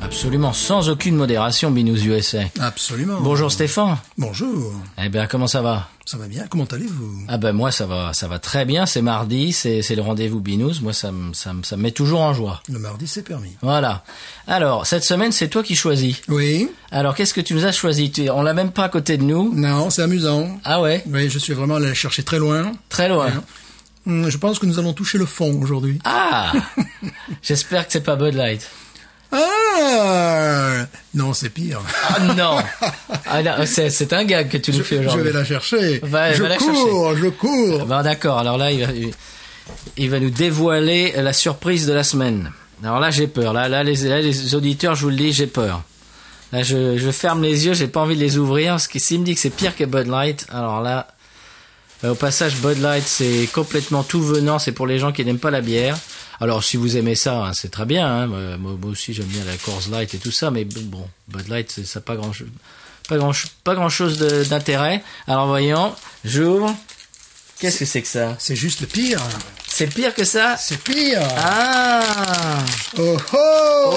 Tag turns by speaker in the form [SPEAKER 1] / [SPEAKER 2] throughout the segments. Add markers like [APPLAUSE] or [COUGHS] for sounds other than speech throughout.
[SPEAKER 1] Absolument sans aucune modération, Binous USA.
[SPEAKER 2] Absolument.
[SPEAKER 1] Bonjour Stéphane.
[SPEAKER 2] Bonjour.
[SPEAKER 1] Eh bien, comment ça va
[SPEAKER 2] Ça va bien Comment allez-vous
[SPEAKER 1] Ah ben moi ça va, ça va très bien. C'est mardi, c'est c'est le rendez-vous Binous. Moi ça me ça me ça me met toujours en joie.
[SPEAKER 2] Le mardi, c'est permis.
[SPEAKER 1] Voilà. Alors cette semaine c'est toi qui choisis.
[SPEAKER 2] Oui. Alors
[SPEAKER 1] Alors qu'est-ce que tu nous as choisi Tu- On l'a même pas à côté de nous.
[SPEAKER 2] Non, c'est amusant.
[SPEAKER 1] Ah ouais,
[SPEAKER 2] Oui, je suis vraiment allé chercher très loin.
[SPEAKER 1] très loin.
[SPEAKER 2] Hum, Je pense que nous allons toucher le fond aujourd'hui.
[SPEAKER 1] Ah. J'espère que c'est pas Bud Light.
[SPEAKER 2] Ah Non, c'est pire.
[SPEAKER 1] Ah non. Ah non, c'est c'est un gag que tu nous fais
[SPEAKER 2] [LAUGHS] Je vais
[SPEAKER 1] aujourd'hui.
[SPEAKER 2] la chercher.
[SPEAKER 1] Va-
[SPEAKER 2] je
[SPEAKER 1] va la
[SPEAKER 2] cours, je cours.
[SPEAKER 1] Bon Ben, d'accord. Alors là il va il va nous dévoiler la surprise de la semaine. Alors là j'ai peur. Là là les là, les auditeurs je vous le dis j'ai peur. Là, je, je ferme les yeux, j'ai pas envie de les ouvrir, parce que s'il me dit que c'est pire que Bud Light, alors là, euh, au passage, Bud Light, c'est complètement tout venant, c'est pour les gens qui n'aiment pas la bière. Alors, si vous aimez ça, hein, c'est très bien, hein. moi, moi- moi aussi j'aime bien la Coors Light et tout ça, mais b- bon, Bud Light, c'est- ça n'a pas grand, cho- pas grand, cho- pas grand chose de- d'intérêt. Alors, voyons, j'ouvre. Qu'est-ce que c'est que ça
[SPEAKER 2] C'est juste le pire.
[SPEAKER 1] C'est pire que ça
[SPEAKER 2] C'est pire.
[SPEAKER 1] Ah
[SPEAKER 2] Oh, oh.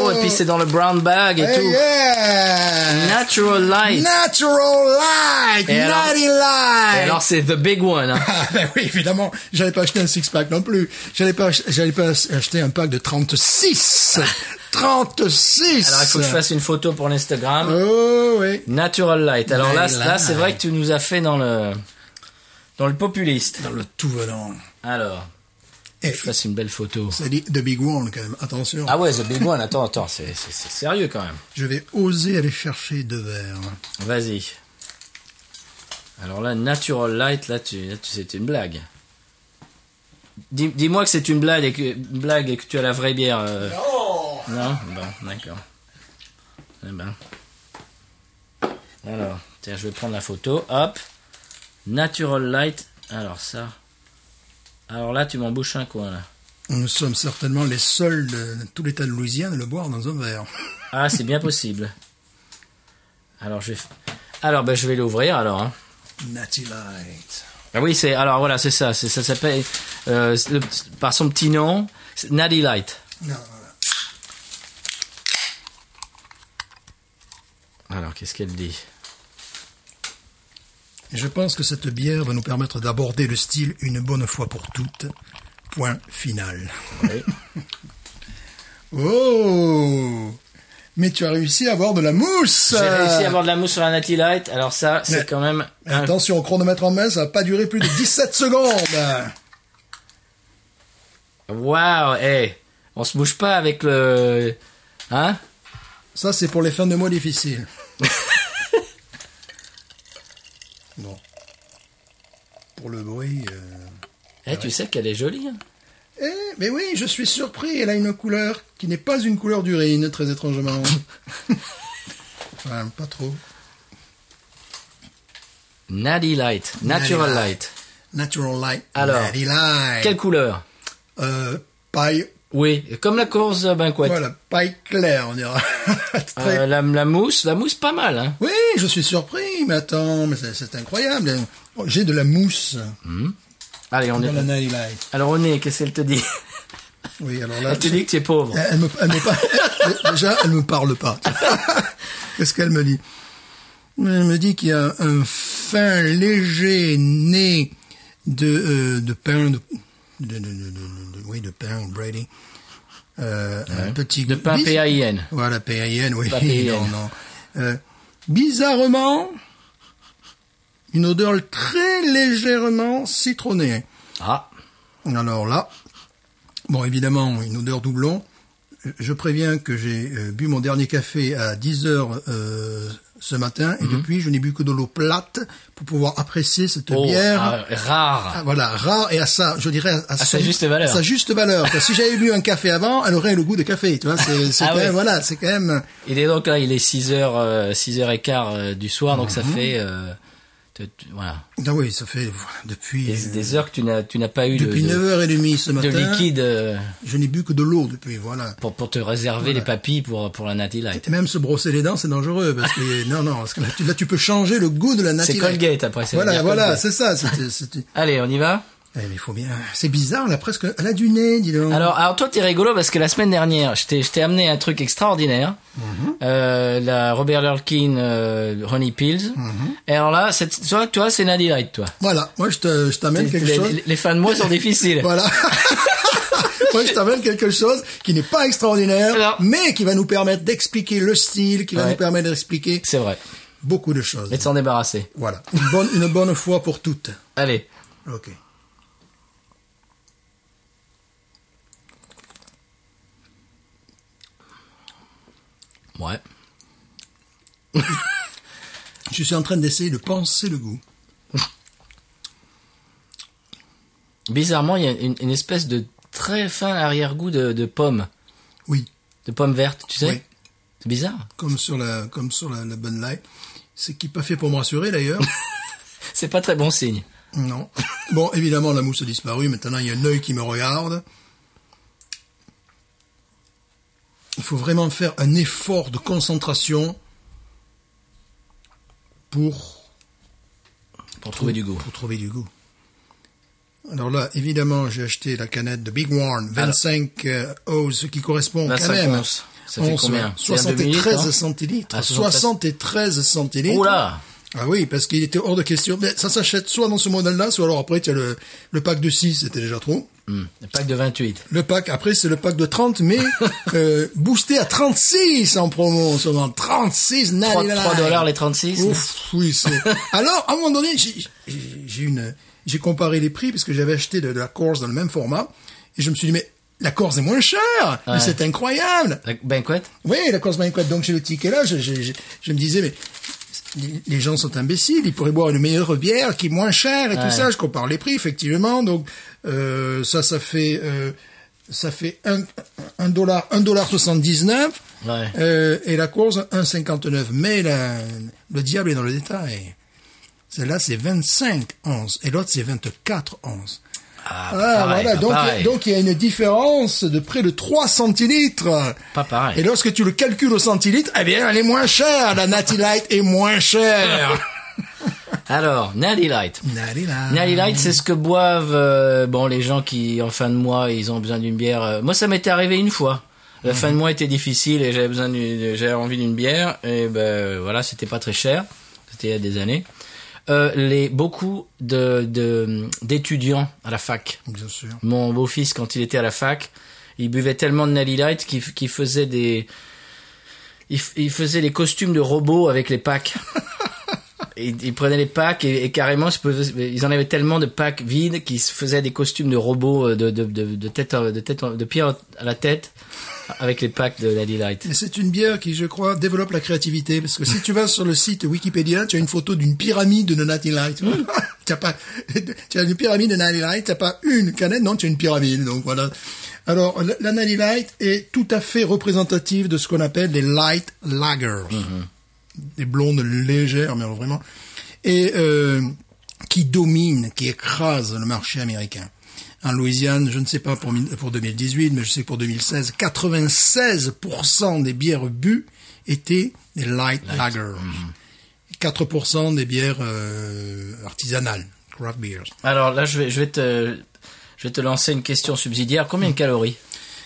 [SPEAKER 1] Oh, et puis c'est dans le brown bag et
[SPEAKER 2] Hey,
[SPEAKER 1] tout.
[SPEAKER 2] yeah.
[SPEAKER 1] Natural Light
[SPEAKER 2] Natural Light.
[SPEAKER 1] Et alors-
[SPEAKER 2] Natty Light.
[SPEAKER 1] Et alors c'est the big one. [LAUGHS] hein.
[SPEAKER 2] [LAUGHS] Ah ben oui, évidemment, j'allais pas acheter un six-pack non plus. J'allais pas, ach- j'allais pas ach- acheter un pack
[SPEAKER 1] [LAUGHS]
[SPEAKER 2] de 36. 36
[SPEAKER 1] Alors il faut que je fasse une photo pour l'Instagram.
[SPEAKER 2] Oh oui.
[SPEAKER 1] Natural Light. Alors là,
[SPEAKER 2] Mais là-
[SPEAKER 1] là c'est vrai que tu nous as fait dans le dans le populiste.
[SPEAKER 2] Dans le tout venant.
[SPEAKER 1] Alors,
[SPEAKER 2] Et
[SPEAKER 1] je fasse une belle photo.
[SPEAKER 2] ça dit The Big One quand même, attention.
[SPEAKER 1] Ah ouais, the big one. Attends, attends, c'est c'est- c'est sérieux quand même.
[SPEAKER 2] Je vais oser aller chercher deux verres.
[SPEAKER 1] Vas-y. Alors là, Natural Light, là, tu, là, tu- c'est une blague. Dis- Dis-moi que c'est une blague et que blague et que tu as la vraie bière. euh,
[SPEAKER 2] Oh
[SPEAKER 1] Non Bon, d'accord. Eh ben. Alors, tiens, je vais prendre la photo. Hop. Natural Light. Alors ça. Alors là, tu m'embouches un coin, là.
[SPEAKER 2] Nous sommes certainement les seuls de tout l'État de Louisiane à le boire dans un verre. [LAUGHS]
[SPEAKER 1] Ah, c'est bien possible. Alors, je vais... Alors, ben, je vais l'ouvrir, alors. hein.
[SPEAKER 2] Natty Light.
[SPEAKER 1] Ah oui, c'est... Alors, voilà, c'est ça. c'est- Ça s'appelle... euh, le- par son petit nom, c'est Natty Light.
[SPEAKER 2] Non, voilà.
[SPEAKER 1] Alors, qu'est-ce qu'elle dit
[SPEAKER 2] Et Je pense que cette bière va nous permettre d'aborder le style une bonne fois pour toutes. Point final.
[SPEAKER 1] Oui.
[SPEAKER 2] Oh Mais tu as réussi à avoir de la mousse
[SPEAKER 1] [LAUGHS] J'ai réussi à avoir de la mousse sur la Natty Light. Alors ça, c'est
[SPEAKER 2] Mais-
[SPEAKER 1] quand même... un-
[SPEAKER 2] Attention, au chronomètre en main, ça va pas durer plus de 17 [LAUGHS] secondes
[SPEAKER 1] Waouh, eh, on se bouge pas avec le, hein
[SPEAKER 2] Ça, c'est pour les fins de mois difficiles. [LAUGHS] bon. Pour le bruit... euh,
[SPEAKER 1] Eh, tu sais qu'elle est jolie. hein.
[SPEAKER 2] Eh, mais oui, je suis surpris, elle a une couleur qui n'est pas une couleur d'urine, très
[SPEAKER 1] [LAUGHS]
[SPEAKER 2] étrangement. enfin, pas trop.
[SPEAKER 1] Natty Light, Natural
[SPEAKER 2] Natty
[SPEAKER 1] Light.
[SPEAKER 2] Natural Light.
[SPEAKER 1] Alors,
[SPEAKER 2] Natty Light.
[SPEAKER 1] Quelle couleur
[SPEAKER 2] Euh, paille...
[SPEAKER 1] Oui, comme la course euh, banquette.
[SPEAKER 2] Voilà, paille claire, on dira. [LAUGHS] Très-
[SPEAKER 1] Euh, la, la mousse, la mousse pas mal. Hein.
[SPEAKER 2] Oui, je suis surpris, mais attends, mais c'est, c'est incroyable. Oh, J'ai de la mousse
[SPEAKER 1] Allez, on
[SPEAKER 2] dans la
[SPEAKER 1] est.
[SPEAKER 2] Nile Light.
[SPEAKER 1] Alors on est. Qu'est-ce qu'elle te dit
[SPEAKER 2] Oui, alors là,
[SPEAKER 1] Elle te dit que tu es pauvre.
[SPEAKER 2] elle me, elle me parle, déjà, [LAUGHS] elle me parle pas.
[SPEAKER 1] [LAUGHS]
[SPEAKER 2] Qu'est-ce qu'elle me dit Elle me dit qu'il y a un fin léger nez de euh, de pain, de, de, de, de- de- de- oui, de pain, Brady. Euh, Un petit
[SPEAKER 1] De pain
[SPEAKER 2] bis-
[SPEAKER 1] PAIN.
[SPEAKER 2] Voilà, PAIN, oui.
[SPEAKER 1] Pas PAIN.
[SPEAKER 2] [LAUGHS] Non, non. Euh, bizarrement, une odeur très légèrement citronnée.
[SPEAKER 1] Ah,
[SPEAKER 2] Alors là, bon, évidemment, une odeur doublon. Je préviens que j'ai euh, bu mon dernier café à 10 heures euh, ce matin
[SPEAKER 1] Mhm.
[SPEAKER 2] et depuis, je n'ai bu que de l'eau plate pour pouvoir apprécier cette
[SPEAKER 1] oh,
[SPEAKER 2] bière.
[SPEAKER 1] ah, rare.
[SPEAKER 2] Ah, voilà, rare et à ça, je dirais à, à
[SPEAKER 1] sa juste valeur.
[SPEAKER 2] à sa juste valeur. Parce que si j'avais bu un café avant, elle aurait le goût de café. Tu
[SPEAKER 1] [LAUGHS]
[SPEAKER 2] vois, c'est c'est
[SPEAKER 1] Ah
[SPEAKER 2] quand
[SPEAKER 1] ouais.
[SPEAKER 2] même voilà, c'est quand même.
[SPEAKER 1] euh,
[SPEAKER 2] Mhm.
[SPEAKER 1] Il est donc là, il est 6 h 6 h 15 du soir, donc ça fait euh, te- te- voilà.
[SPEAKER 2] Ah oui, ça fait voilà, depuis,
[SPEAKER 1] Des, des heures que tu n'as, tu n'as pas eu de,
[SPEAKER 2] depuis
[SPEAKER 1] de-
[SPEAKER 2] 9h30 ce
[SPEAKER 1] de
[SPEAKER 2] matin.
[SPEAKER 1] liquide euh,
[SPEAKER 2] Je n'ai bu que de l'eau depuis, voilà.
[SPEAKER 1] pour, pour te réserver les papilles pour, pour la Natty Light.
[SPEAKER 2] Et même se brosser les dents, c'est dangereux parce
[SPEAKER 1] [LAUGHS]
[SPEAKER 2] que non, non, parce que là tu, là, tu peux changer le goût de la
[SPEAKER 1] C'est
[SPEAKER 2] nature.
[SPEAKER 1] Colgate après, c'est
[SPEAKER 2] Voilà,
[SPEAKER 1] la
[SPEAKER 2] voilà,
[SPEAKER 1] Colgate.
[SPEAKER 2] c'est ça. c'était- c'était-
[SPEAKER 1] Allez, on y va
[SPEAKER 2] Eh, mais il faut bien. C'est bizarre, là, presque. Elle a du nez, dis donc.
[SPEAKER 1] Alors, alors toi, t'es rigolo parce que la semaine dernière, je t'ai, je t'ai amené un truc extraordinaire.
[SPEAKER 2] Mhm.
[SPEAKER 1] Euh, la Robert Lurkin, euh, Ronnie Pills.
[SPEAKER 2] Mhm.
[SPEAKER 1] Et alors là, cette, toi, toi, c'est Natty Light, toi.
[SPEAKER 2] Voilà, moi je te, je t'amène
[SPEAKER 1] Les,
[SPEAKER 2] quelque chose.
[SPEAKER 1] les- les fins de mois
[SPEAKER 2] [LAUGHS]
[SPEAKER 1] sont difficiles.
[SPEAKER 2] Voilà. moi je t'amène quelque chose qui n'est pas extraordinaire,
[SPEAKER 1] Alors.
[SPEAKER 2] mais qui va nous permettre d'expliquer le style, qui va
[SPEAKER 1] Ouais.
[SPEAKER 2] nous permettre d'expliquer
[SPEAKER 1] C'est vrai.
[SPEAKER 2] beaucoup de choses.
[SPEAKER 1] Et de s'en débarrasser.
[SPEAKER 2] Voilà, une bonne, une bonne fois pour toutes.
[SPEAKER 1] Allez.
[SPEAKER 2] Ok.
[SPEAKER 1] Ouais.
[SPEAKER 2] Je suis en train d'essayer de penser le goût.
[SPEAKER 1] Bizarrement, il y a une, une espèce de très fin arrière-goût de, de pomme.
[SPEAKER 2] Oui,
[SPEAKER 1] De pomme verte, tu sais
[SPEAKER 2] Oui.
[SPEAKER 1] C'est bizarre.
[SPEAKER 2] comme sur la, comme sur la, la bonne light. Ce qui n'est pas fait pour me
[SPEAKER 1] [LAUGHS]
[SPEAKER 2] rassurer d'ailleurs.
[SPEAKER 1] C'est pas très bon signe.
[SPEAKER 2] non. Bon, évidemment, la mousse a disparu. Maintenant, il y a un œil qui me regarde. Il faut vraiment faire un effort de concentration pour,
[SPEAKER 1] Pour trouver du goût.
[SPEAKER 2] pour trouver du goût. Alors là, évidemment, j'ai acheté la canette de Big One, 25 euh, oz, ce qui correspond quand
[SPEAKER 1] 25
[SPEAKER 2] même.
[SPEAKER 1] onces. Ça fait
[SPEAKER 2] Once,
[SPEAKER 1] combien
[SPEAKER 2] ouais.
[SPEAKER 1] C'est un demi-litre,
[SPEAKER 2] 73
[SPEAKER 1] non
[SPEAKER 2] centilitres.
[SPEAKER 1] Ah,
[SPEAKER 2] 73 centilitres.
[SPEAKER 1] Oula
[SPEAKER 2] Ah oui, parce qu'il était hors de question. Mais ça s'achète soit dans ce modèle-là, soit alors après, tu as le, le pack de 6, c'était déjà trop.
[SPEAKER 1] Hmm. Le pack de 28.
[SPEAKER 2] Le pack, après, c'est le pack de
[SPEAKER 1] [LAUGHS]
[SPEAKER 2] 30, mais euh, boosté à 36 en promo en ce moment. 36,
[SPEAKER 1] 3,
[SPEAKER 2] nanana.
[SPEAKER 1] dollars les 36
[SPEAKER 2] Ouf, oui, c'est...
[SPEAKER 1] [LAUGHS]
[SPEAKER 2] Alors, à un moment donné, j'ai- j'ai j'ai une, j'ai comparé les prix parce que j'avais acheté de, de la Corse dans le même format et je me suis dit mais la Corse est moins chère, mais
[SPEAKER 1] Ouais.
[SPEAKER 2] c'est incroyable.
[SPEAKER 1] La banquette
[SPEAKER 2] Oui, la Corse Minecraft. Donc j'ai le ticket là, je, je, je, je me disais, mais les- les gens sont imbéciles, ils pourraient boire une meilleure bière qui est moins chère et
[SPEAKER 1] Ouais.
[SPEAKER 2] tout ça. Je compare les prix, effectivement. Donc euh, ça, ça fait... euh, ça fait un, un dollar, un dollar 79,
[SPEAKER 1] Ouais.
[SPEAKER 2] euh, et la course 1,59. Mais la- le diable est dans le détail. Celle-là, c'est 25 onces, et l'autre, c'est 24 onces.
[SPEAKER 1] Ah,
[SPEAKER 2] Ah,
[SPEAKER 1] pas pareil, pas
[SPEAKER 2] voilà. Donc, il y a-
[SPEAKER 1] pareil.
[SPEAKER 2] donc, il y a une différence de près de 3 centilitres.
[SPEAKER 1] Pas pareil.
[SPEAKER 2] Et lorsque tu le calcules au centilitre, eh bien, elle est moins chère. La Natty Light est
[SPEAKER 1] [LAUGHS]
[SPEAKER 2] moins chère.
[SPEAKER 1] Alors, Natty Light.
[SPEAKER 2] Natty Light.
[SPEAKER 1] Natty Light, c'est ce que boivent euh, bon les gens qui en fin de mois ils ont besoin d'une bière. Euh, Moi, ça m'était arrivé une fois. La fin de mois était difficile et j'avais besoin d'une- j'avais envie d'une bière et ben euh, voilà, c'était pas très cher. C'était il y a des années. Euh, les beaucoup de de- d'étudiants à la fac.
[SPEAKER 2] Bien sûr.
[SPEAKER 1] Mon beau-fils, quand il était à la fac, il buvait tellement de Natty Light qu'il qu'il faisait des. Il, f- il faisait des costumes de robots avec les packs. il, il prenait les packs et, et carrément, se posait- ils en avaient tellement de packs vides qu'ils se faisaient des costumes de robots euh, de, de, de, de tête, en- de, tête, en- de pied en- à la tête avec les packs de Natty Light.
[SPEAKER 2] Et c'est une bière qui, je crois, développe la créativité. Parce que si tu vas sur le site Wikipédia, tu as une photo d'une pyramide de Natty Light.
[SPEAKER 1] Hmm.
[SPEAKER 2] [LAUGHS] tu as pas, tu as une pyramide de Natty Light, t'as pas une canette, non, tu as une pyramide. Donc voilà. Alors, la, la Natty Light est tout à fait représentative de ce qu'on appelle les light lagers.
[SPEAKER 1] Hmm.
[SPEAKER 2] Des blondes légères, mais alors vraiment. Et, euh, qui domine, qui écrase le marché américain. En Louisiane, je ne sais pas pour, mi- pour 2018, mais je sais que pour 2016, 96% des bières bues étaient des light, lagers. 4% des bières euh, artisanales, craft beers.
[SPEAKER 1] Alors là, je vais, je vais te. Je vais te lancer une question subsidiaire. Combien de calories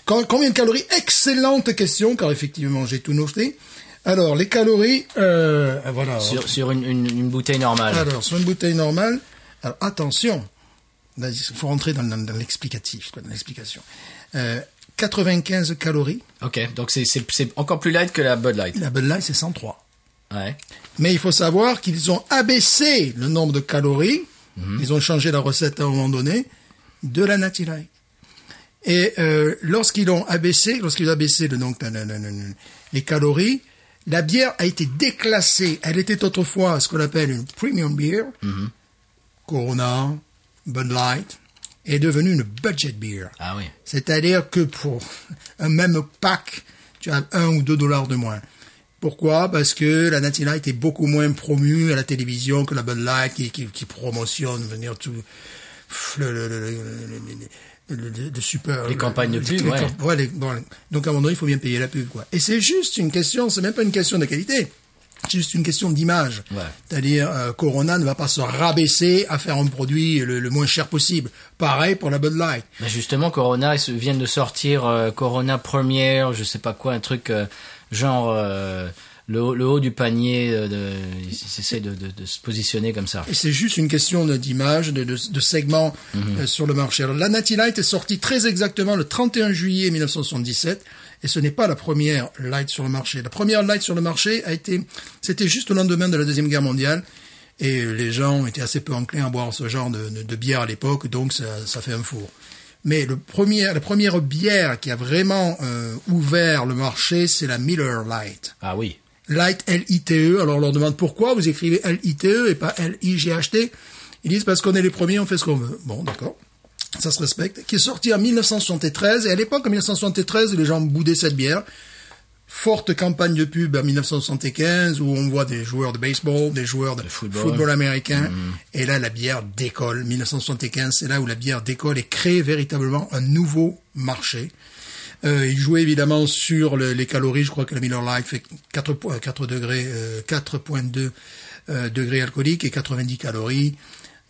[SPEAKER 2] Com- Combien de calories Excellente question, car effectivement, j'ai tout noté. Alors, les calories, euh, ah, voilà.
[SPEAKER 1] sur, sur une, une, une bouteille normale
[SPEAKER 2] Alors, sur une bouteille normale, alors attention, il faut rentrer dans, dans- dans l'explicatif, quoi, dans l'explication. Euh, 95 calories,
[SPEAKER 1] Ok, donc c'est- c'est c'est encore plus light que la Bud Light.
[SPEAKER 2] la Bud Light c'est 103.
[SPEAKER 1] Ouais.
[SPEAKER 2] Mais il faut savoir qu'ils ont abaissé le nombre de calories, ils ont changé la recette à un moment donné, de la Natty Light. Et euh, lorsqu'ils ont abaissé, lorsqu'ils ont abaissé le, donc, le- le- le- le- les calories, la bière a été déclassée. Elle était autrefois ce qu'on appelle une premium beer. Corona, Bud Light, est devenue une budget beer.
[SPEAKER 1] Ah oui.
[SPEAKER 2] C'est-à-dire que pour un même pack, tu as un ou deux dollars de moins. Pour Pourquoi Parce que la Natina était beaucoup moins promue à la télévision que la Bud Light qui, qui, qui promotionne venir tout pff, le, le, le, le- le- le super
[SPEAKER 1] Les campagnes de
[SPEAKER 2] le-
[SPEAKER 1] pub,
[SPEAKER 2] les
[SPEAKER 1] ouais.
[SPEAKER 2] camp- les- bon, les- donc à un moment donné, il faut bien payer la pub quoi. Et c'est juste une question, c'est même pas une question de qualité. C'est juste une question d'image.
[SPEAKER 1] Ouais.
[SPEAKER 2] C'est-à-dire, euh, Corona ne va pas se rabaisser à faire un produit le, le moins cher possible. Pareil pour la Bud Light.
[SPEAKER 1] Bah, justement, Corona, ils se- viennent de sortir euh, Corona Première, je sais pas quoi, un truc euh, genre euh, le, haut- le haut du panier, euh, de, ils ils essaient de, de- de se positionner comme ça.
[SPEAKER 2] Et c'est juste une question de- d'image, de, de, de segment euh, sur le marché. Alors, la Natty Light est sortie très exactement le 31 juillet 1977. Et ce n'est pas la première light sur le marché. La première light sur le marché a été, c'était juste au lendemain de la Deuxième Guerre mondiale. Et euh, les gens étaient assez peu enclins à boire ce genre de, de- de bière à l'époque, donc ça, ça fait un four. Mais le premier, la première bière qui a vraiment euh, ouvert le marché, c'est la Miller Light.
[SPEAKER 1] Ah oui.
[SPEAKER 2] Light, L-I-T-E. E. Alors, on leur demande pourquoi vous écrivez L-I-T-E E et pas L-I-G-H-T. Ils disent parce qu'on est les premiers, on fait ce qu'on veut. Bon, d'accord. Ça se respecte. Qui est sorti en 1973. Et à l'époque, en 1973, les gens boudaient cette bière. Forte campagne de pub en 1975 où on voit des joueurs de baseball, des joueurs de
[SPEAKER 1] football.
[SPEAKER 2] américain. Et là, la bière décolle. 1975, c'est là où la bière décolle et crée véritablement un nouveau marché. Euh, il jouait évidemment sur le- les calories. Je crois que la Miller Lite fait 4, point- 4 degrés, euh, 4.2 euh, degrés alcooliques et 90 calories.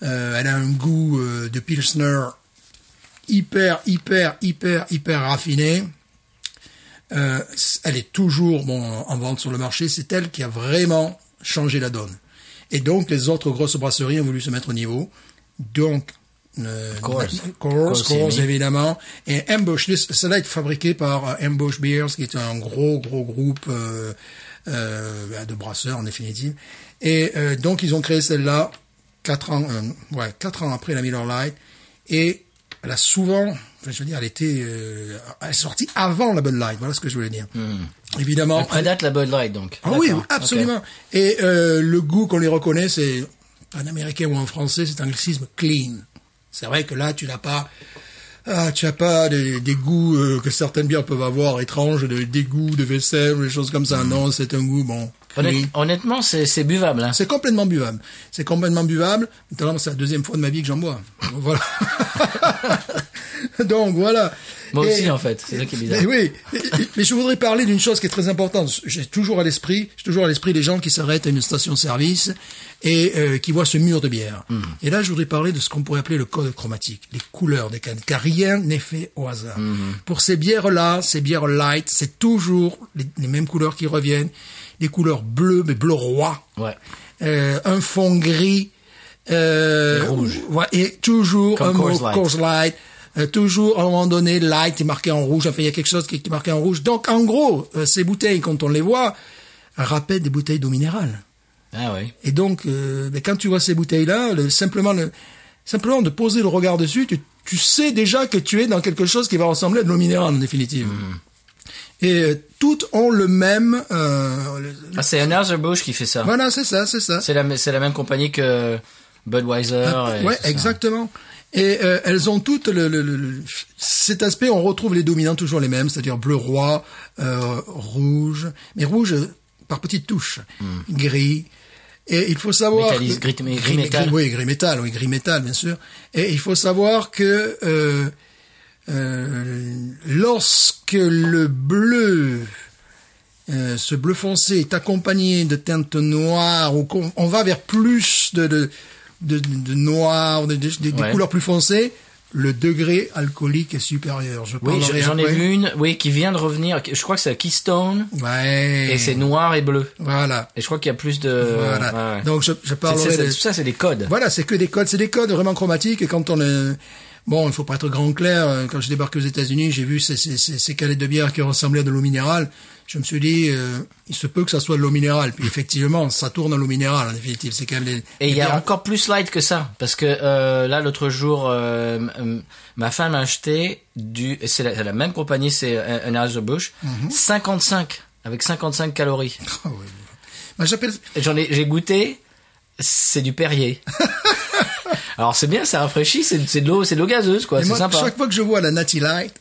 [SPEAKER 2] Euh, elle a un goût euh, de Pilsner hyper, hyper, hyper, hyper raffiné. Euh, elle est toujours bon en vente sur le marché. C'est elle qui a vraiment changé la donne. Et donc les autres grosses brasseries ont voulu se mettre au niveau. Donc euh,
[SPEAKER 1] Coors.
[SPEAKER 2] Coors,
[SPEAKER 1] Coors,
[SPEAKER 2] Coors,
[SPEAKER 1] oui.
[SPEAKER 2] évidemment. Et Ambush, This- cela est fabriqué par euh, Ambush Beers, qui est un gros, gros groupe euh, euh, de brasseurs, en définitive. Et euh, donc, ils ont créé celle-là quatre ans, euh, ouais, quatre ans après la Miller Lite. Et elle a souvent, enfin, je veux dire, elle était, euh, elle est sortie avant la Bud Light. Voilà ce que je voulais dire. Évidemment.
[SPEAKER 1] Elle prédate la Bud Light, donc.
[SPEAKER 2] Ah oui,
[SPEAKER 1] D'accord.
[SPEAKER 2] absolument.
[SPEAKER 1] Ok.
[SPEAKER 2] Et euh, le goût qu'on les reconnaît, c'est en américain ou en français, c'est un anglicisme clean. C'est vrai que là, tu n'as pas, ah, tu n'as pas des, des goûts euh, que certaines bières peuvent avoir étranges, de, des goûts de vaisselle ou des choses comme ça. Non, c'est un goût bon.
[SPEAKER 1] Hmm. Honnête-
[SPEAKER 2] clean.
[SPEAKER 1] Honnêtement, c'est c'est buvable. Hein.
[SPEAKER 2] C'est complètement buvable. C'est complètement buvable. Notamment, C'est la deuxième fois de ma vie que j'en bois. [LAUGHS]
[SPEAKER 1] [LAUGHS]
[SPEAKER 2] Voilà. Donc voilà.
[SPEAKER 1] Moi
[SPEAKER 2] Et-
[SPEAKER 1] aussi, en fait. C'est ça qui est bizarre.
[SPEAKER 2] mais oui, Et- et- mais je voudrais parler d'une chose qui est très importante. J'ai toujours à l'esprit, j'ai toujours à l'esprit les gens qui s'arrêtent à une station-service et euh, qui voient ce mur de bière.
[SPEAKER 1] Hmm.
[SPEAKER 2] Et là, je voudrais parler de ce qu'on pourrait appeler le code chromatique, les couleurs des cannes, car rien n'est fait au hasard.
[SPEAKER 1] Hmm.
[SPEAKER 2] Pour ces bières-là, ces bières light, c'est toujours les, les mêmes couleurs qui reviennent, les couleurs bleues, mais bleu roi,
[SPEAKER 1] Ouais.
[SPEAKER 2] euh, un fond gris, euh,
[SPEAKER 1] Et rouge.
[SPEAKER 2] ouais, et toujours
[SPEAKER 1] Comme
[SPEAKER 2] un mot
[SPEAKER 1] Coors Light.
[SPEAKER 2] Coors Light. euh, toujours, à un moment donné, light est marqué en rouge. Enfin, il y a quelque chose qui est marqué en rouge. Donc, en gros, euh, ces bouteilles, quand on les voit, rappellent des bouteilles d'eau minérale.
[SPEAKER 1] Ah oui.
[SPEAKER 2] Et donc, euh, ben, quand tu vois ces bouteilles-là, le- simplement, le, simplement de poser le regard dessus, tu, tu sais déjà que tu es dans quelque chose qui va ressembler à de l'eau minérale, en définitive.
[SPEAKER 1] Hmm.
[SPEAKER 2] Et euh, toutes ont le même... euh, le-
[SPEAKER 1] Ah, c'est Another Bush qui fait ça.
[SPEAKER 2] voilà, c'est ça, c'est ça.
[SPEAKER 1] C'est la, c'est la même compagnie que Budweiser. et
[SPEAKER 2] Ah, ouais,
[SPEAKER 1] tout ça.
[SPEAKER 2] exactement. Et euh, elles ont toutes le, le- le- le- cet aspect. On retrouve les dominants toujours les mêmes, c'est-à-dire bleu roi, euh, rouge, mais rouge euh, par petites touches, gris. Et il faut savoir
[SPEAKER 1] Métallis- gris- gris Hmm. métal.
[SPEAKER 2] oui, gris métal, oui, gris métal, bien sûr. Et il faut savoir que euh, euh, lorsque le bleu euh, ce bleu foncé est accompagné de teintes noires, ou qu'on- on va vers plus de, de, de, de noir, de, de- des- des
[SPEAKER 1] Ouais.
[SPEAKER 2] couleurs plus foncées, le degré alcoolique est supérieur. Je
[SPEAKER 1] Oui,
[SPEAKER 2] parlerai
[SPEAKER 1] j'en ai
[SPEAKER 2] après.
[SPEAKER 1] vu une, oui, qui vient de revenir. Je crois que c'est la Keystone.
[SPEAKER 2] Ouais.
[SPEAKER 1] Et c'est noir et bleu.
[SPEAKER 2] Voilà.
[SPEAKER 1] Et je crois qu'il y a plus de.
[SPEAKER 2] voilà.
[SPEAKER 1] ouais.
[SPEAKER 2] Donc je, je
[SPEAKER 1] C'est- c'est-
[SPEAKER 2] parlerai
[SPEAKER 1] c'est-
[SPEAKER 2] de...
[SPEAKER 1] Tout ça, c'est des codes.
[SPEAKER 2] Voilà, c'est que des codes, c'est des codes vraiment chromatiques. Et quand on euh, bon, il faut pas être grand clair. euh, Quand je débarqué aux États-Unis, j'ai vu ces, ces, ces, ces calettes de bière qui ressemblaient à de l'eau minérale. Je me suis dit, euh, il se peut que ça soit de l'eau minérale. Puis effectivement, ça tourne à l'eau minérale. En définitive, c'est quand même des.
[SPEAKER 1] Et il y
[SPEAKER 2] des
[SPEAKER 1] a
[SPEAKER 2] bières-
[SPEAKER 1] encore plus light que ça, parce que euh, là l'autre jour, euh, m- m- ma femme a acheté du, et c'est la, la même compagnie, c'est euh, Anheuser Busch,
[SPEAKER 2] Mhm.
[SPEAKER 1] 55 avec 55 calories.
[SPEAKER 2] Ah ouais. Bah, j'appelle.
[SPEAKER 1] Et J'en ai, j'ai goûté, c'est du
[SPEAKER 2] [LAUGHS]
[SPEAKER 1] Perrier. Alors c'est bien, ça rafraîchit, c'est c'est de l'eau, c'est de l'eau gazeuse quoi,
[SPEAKER 2] et
[SPEAKER 1] c'est
[SPEAKER 2] moi,
[SPEAKER 1] sympa.
[SPEAKER 2] Chaque fois que je vois la Natty Light,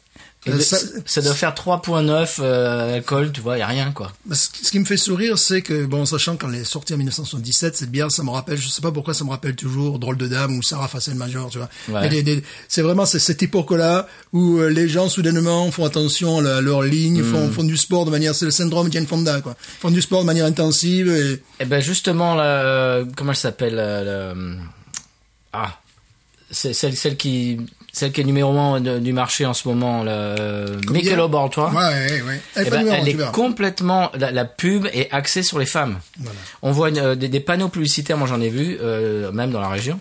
[SPEAKER 1] Et
[SPEAKER 2] Euh,
[SPEAKER 1] de-
[SPEAKER 2] ça-
[SPEAKER 1] ça, doit faire 3.9 euh, d'alcool, tu vois, il a rien quoi.
[SPEAKER 2] Bah, Ce qui ce qui me fait sourire, c'est que, bon, sachant qu'elle est sortie en 1977, cette bière, ça me rappelle, je sais pas pourquoi ça me rappelle toujours Drôle de Dame ou Sarah Facel Major, tu vois.
[SPEAKER 1] Ouais.
[SPEAKER 2] Et des- des- C'est vraiment c- cette époque-là où euh, les gens, soudainement, font attention à la- leur ligne,
[SPEAKER 1] Hmm.
[SPEAKER 2] font, font du sport de manière, c'est le syndrome Jane Fonda, quoi. Font du sport de manière intensive et,
[SPEAKER 1] Et ben justement, la, euh, comment elle s'appelle euh, la- Ah, c'est celle, celle qui celle qui est numéro 1 du marché en ce moment, la euh, Michelob Laboratoire.
[SPEAKER 2] ouais, ouais, ouais. Elle est
[SPEAKER 1] Eh
[SPEAKER 2] pas
[SPEAKER 1] ben,
[SPEAKER 2] numéro un,
[SPEAKER 1] elle
[SPEAKER 2] tu verras.
[SPEAKER 1] est complètement la, la pub est axée sur les femmes.
[SPEAKER 2] Voilà.
[SPEAKER 1] On voit une- euh, des, des panneaux publicitaires, moi j'en ai vu, euh, même dans la région.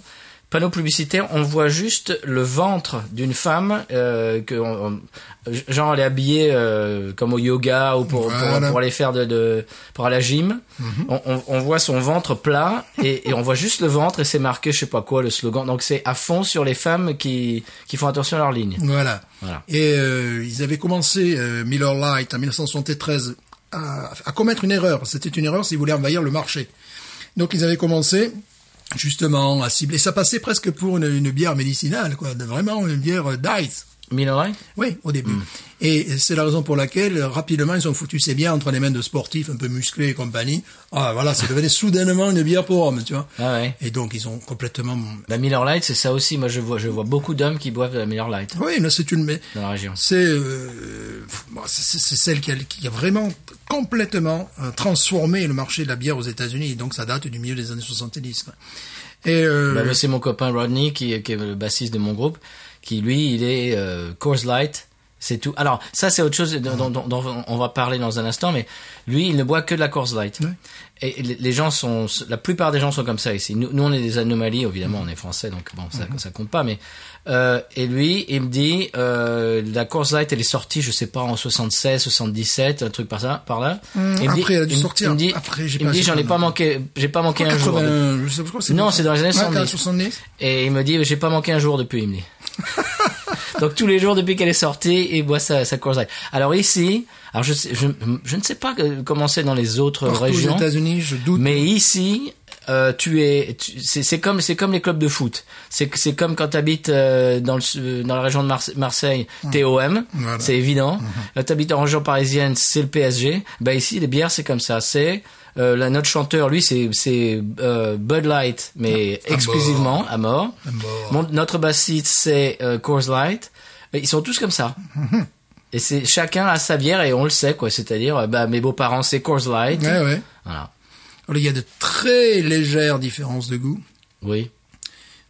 [SPEAKER 1] Panneaux publicitaires, on voit juste le ventre d'une femme, euh, que on- on- genre elle est habillée euh, comme au yoga ou pour,
[SPEAKER 2] Voilà. Mm-hmm.
[SPEAKER 1] pour, pour aller faire de, de pour aller à la gym. on, on- on voit son ventre plat et, et on voit juste le ventre et c'est marqué je sais pas quoi le slogan. Donc c'est à fond sur les femmes qui qui font attention à leur ligne.
[SPEAKER 2] Voilà.
[SPEAKER 1] Voilà.
[SPEAKER 2] Et euh, ils avaient commencé euh, Miller Lite en 1973 à, à commettre une erreur. C'était une erreur s'ils voulaient envahir le marché. Donc ils avaient commencé justement à cibler. Ça passait presque pour une, une bière médicinale, quoi. De- Vraiment une bière euh, diet.
[SPEAKER 1] Minoret
[SPEAKER 2] Oui, au
[SPEAKER 1] Mm.
[SPEAKER 2] début. Et c'est la raison pour laquelle, euh, rapidement, ils ont foutu ces bières entre les mains de sportifs un peu musclés et compagnie. Ah, voilà, ça devenait [LAUGHS] soudainement une bière pour hommes, tu vois.
[SPEAKER 1] Ah ouais.
[SPEAKER 2] Et donc, ils ont complètement...
[SPEAKER 1] La Bah, Miller Lite, c'est ça aussi. Moi, je vois, je vois beaucoup d'hommes qui boivent de la Miller Lite
[SPEAKER 2] Oui, là, c'est une... mais-
[SPEAKER 1] dans la région.
[SPEAKER 2] C'est euh, bon, c'est c'est celle qui a, qui a vraiment complètement euh, transformé le marché de la bière aux États-Unis. Donc ça date du milieu des années 70. quoi. Et euh,
[SPEAKER 1] Bah, moi, c'est mon copain Rodney, qui, qui est le bassiste de mon groupe, qui, lui, il est euh, Coors Light. C'est tout. Alors, ça, c'est autre chose dont, dont- dont on va parler dans un instant, mais lui, il ne boit que de la Coors Light. Et les les gens sont, la plupart des gens sont comme ça ici. Nous, nous, on est des anomalies, évidemment, on est français, donc bon,
[SPEAKER 2] Mhm.
[SPEAKER 1] ça, ça compte pas, mais, euh, et lui, il me dit, euh, la Coors Light, elle est sortie, je sais pas, en 76, 77, un truc par ça, par là. il me dit-
[SPEAKER 2] Mhm. après, elle a dû
[SPEAKER 1] il me-
[SPEAKER 2] sortir.
[SPEAKER 1] Il me dit,
[SPEAKER 2] Après, j'ai
[SPEAKER 1] il me
[SPEAKER 2] pas-
[SPEAKER 1] dit,
[SPEAKER 2] j'ai
[SPEAKER 1] j'en
[SPEAKER 2] pas
[SPEAKER 1] ai pas
[SPEAKER 2] noté.
[SPEAKER 1] manqué, j'ai pas manqué un jour.
[SPEAKER 2] 80, je sais pas pourquoi
[SPEAKER 1] Non, c'est dans les années
[SPEAKER 2] Ouais,
[SPEAKER 1] 70.
[SPEAKER 2] 70.
[SPEAKER 1] Et il me dit, j'ai pas manqué un jour depuis, il
[SPEAKER 2] [LAUGHS]
[SPEAKER 1] me dit. Donc tous les jours depuis qu'elle est sortie, il boit sa, sa Coors Light. Alors ici, alors je, sais- je, je ne sais pas que- comment c'est dans les autres
[SPEAKER 2] Partout
[SPEAKER 1] régions,
[SPEAKER 2] aux États-Unis, je doute.
[SPEAKER 1] mais ici, euh, tu es, tu- c'est c'est comme c'est comme les clubs de foot. C'est que- c'est comme quand t'habites euh, dans le su- dans la région de Marse- Marseille, TOM,
[SPEAKER 2] Mmh. Voilà. Mmh.
[SPEAKER 1] c'est évident. Euh, T'habites en région parisienne, c'est le PSG. Bah ici, les bières, c'est comme ça. C'est euh, là, notre chanteur, lui, c'est c'est euh, Bud Light, mais
[SPEAKER 2] Ah, À
[SPEAKER 1] exclusivement à mort.
[SPEAKER 2] À mort.
[SPEAKER 1] Mon- notre bassiste, c'est euh, Coors Light. Mais Ils sont tous comme ça.
[SPEAKER 2] Mmh.
[SPEAKER 1] Et c'est chacun a sa bière et on le sait quoi. C'est-à-dire, euh, bah mes beaux-parents c'est Coors Light.
[SPEAKER 2] Ouais, ouais.
[SPEAKER 1] Voilà.
[SPEAKER 2] Alors, il y a de très légères différences de goût.
[SPEAKER 1] Oui.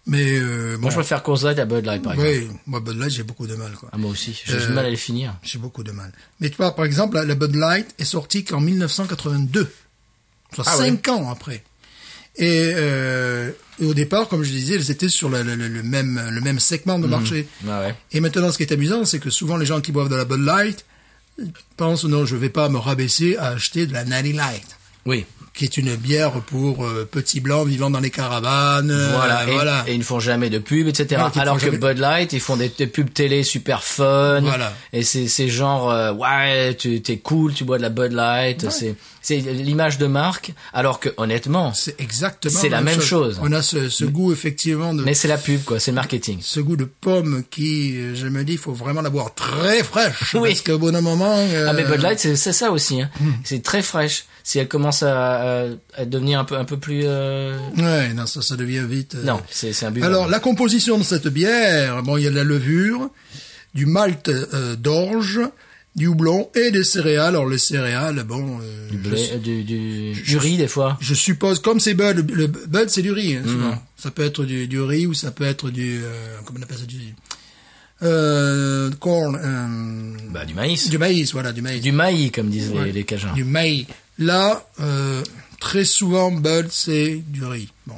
[SPEAKER 2] Mais euh, bon,
[SPEAKER 1] Moi je préfère Coors Light à Bud Light par exemple.
[SPEAKER 2] ouais, moi, Bud Light, j'ai beaucoup de mal. Quoi.
[SPEAKER 1] Ah, moi aussi. J'ai
[SPEAKER 2] Euh,
[SPEAKER 1] du mal à les finir.
[SPEAKER 2] J'ai beaucoup de mal. Mais tu vois, par exemple, la, la Bud Light est sortie qu'en 1982. Soit
[SPEAKER 1] Ah ouais.
[SPEAKER 2] cinq ans après. Et, euh, et au départ, comme je disais, elles étaient sur la- la- la- le, même, le même segment de marché.
[SPEAKER 1] Ah ouais.
[SPEAKER 2] Et maintenant, ce qui est amusant, c'est que souvent les gens qui boivent de la Bud Light pensent non, je vais pas me rabaisser à acheter de la Natty Light,
[SPEAKER 1] Oui.
[SPEAKER 2] qui est une bière pour euh, petits blancs vivant dans les caravanes. euh,
[SPEAKER 1] Voilà. Et,
[SPEAKER 2] voilà.
[SPEAKER 1] et ils ne font jamais de pub, etc.
[SPEAKER 2] Non, ils font
[SPEAKER 1] Alors que
[SPEAKER 2] jamais-
[SPEAKER 1] Bud Light, ils font des, des pubs télé super fun.
[SPEAKER 2] Voilà.
[SPEAKER 1] Et c'est c'est genre euh, ouais, tu t'es cool, tu bois de la Bud Light. C'est c'est l'image de marque. Alors que honnêtement,
[SPEAKER 2] C'est exactement
[SPEAKER 1] C'est la même chose. Mm.
[SPEAKER 2] On a ce, ce goût effectivement de
[SPEAKER 1] mais c'est la pub quoi, c'est le marketing.
[SPEAKER 2] ce goût de pomme qui, euh, je me dis, il faut vraiment la boire très fraîche.
[SPEAKER 1] Oui.
[SPEAKER 2] Parce qu'au bout d'un moment... euh, Hmm.
[SPEAKER 1] Ah mais Bud Light c'est c'est ça aussi hein. C'est très fraîche. Si elle commence à, à- à devenir un peu un peu plus euh,
[SPEAKER 2] Ouais, non, ça, ça devient vite... euh.
[SPEAKER 1] non c'est c'est un but.
[SPEAKER 2] Alors, la composition de cette bière, bon, il y a de la levure, du malt euh, d'orge, du houblon et des céréales. Alors, les céréales, bon... euh,
[SPEAKER 1] du,
[SPEAKER 2] je
[SPEAKER 1] blé- euh, du, du, du riz des fois.
[SPEAKER 2] Je suppose, comme c'est Bud, le Bud c'est du riz, hein, souvent.
[SPEAKER 1] Mhm.
[SPEAKER 2] Ça peut être du, du riz ou ça peut être du, euh, comment on appelle ça, du, euh, corn, euh,
[SPEAKER 1] Bah du maïs.
[SPEAKER 2] du maïs, voilà, du maïs.
[SPEAKER 1] Du maïs comme disent les, les Cajuns.
[SPEAKER 2] du maïs. Là, euh, très souvent, Bud, c'est du riz. Bon.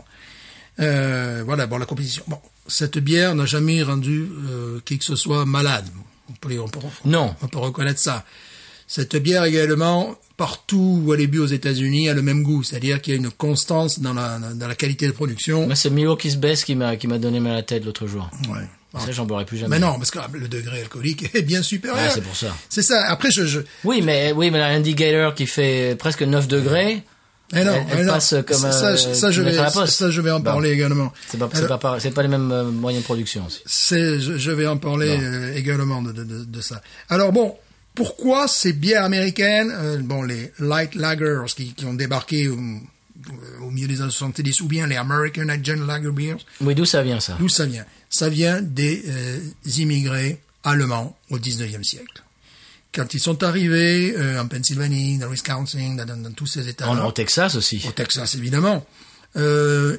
[SPEAKER 2] Euh, voilà, bon, la composition. Bon, cette bière n'a jamais rendu euh, qui que ce soit malade. On peut, les- on peut-
[SPEAKER 1] Non.
[SPEAKER 2] on peut reconnaître ça. Cette bière également, partout où elle est bue aux États-Unis, a le même goût. C'est-à-dire qu'il y a une constance dans la, dans la qualité de production.
[SPEAKER 1] Moi, c'est Milwaukee's Best qui m'a qui m'a donné mal à la tête l'autre jour.
[SPEAKER 2] Ouais.
[SPEAKER 1] Ça, j'en boirai plus jamais.
[SPEAKER 2] Ah. Mais non, parce que ah, le degré alcoolique [LAUGHS] est bien supérieur.
[SPEAKER 1] Ouais, c'est pour ça.
[SPEAKER 2] C'est ça. Après, je, je,
[SPEAKER 1] Oui, mais oui, mais l'indicator qui fait presque 9 degrés.
[SPEAKER 2] Eh non,
[SPEAKER 1] Elle- elle
[SPEAKER 2] eh non.
[SPEAKER 1] passe comme,
[SPEAKER 2] ça,
[SPEAKER 1] euh,
[SPEAKER 2] ça, ça, je
[SPEAKER 1] lettre
[SPEAKER 2] vais,
[SPEAKER 1] à la poste.
[SPEAKER 2] ça, je vais en
[SPEAKER 1] Bon.
[SPEAKER 2] parler également.
[SPEAKER 1] C'est pas, c'est pas,
[SPEAKER 2] Alors,
[SPEAKER 1] par- c'est pas les mêmes euh, moyens de production aussi.
[SPEAKER 2] C'est, je, je vais en parler
[SPEAKER 1] Non.
[SPEAKER 2] euh, également de, de, de, de ça. Alors bon, pourquoi ces bières américaines, euh, bon les light lagers qui, qui ont débarqué au, au milieu des années 70 ou bien les American Agent Lager Beers,
[SPEAKER 1] Oui, d'où ça vient ça
[SPEAKER 2] d'où ça vient Ça vient des euh, immigrés allemands au 19e siècle. Quand ils sont arrivés euh, en Pennsylvanie, dans le Wisconsin, dans, dans- dans tous ces États,
[SPEAKER 1] en, au Texas aussi.
[SPEAKER 2] au Texas évidemment, euh,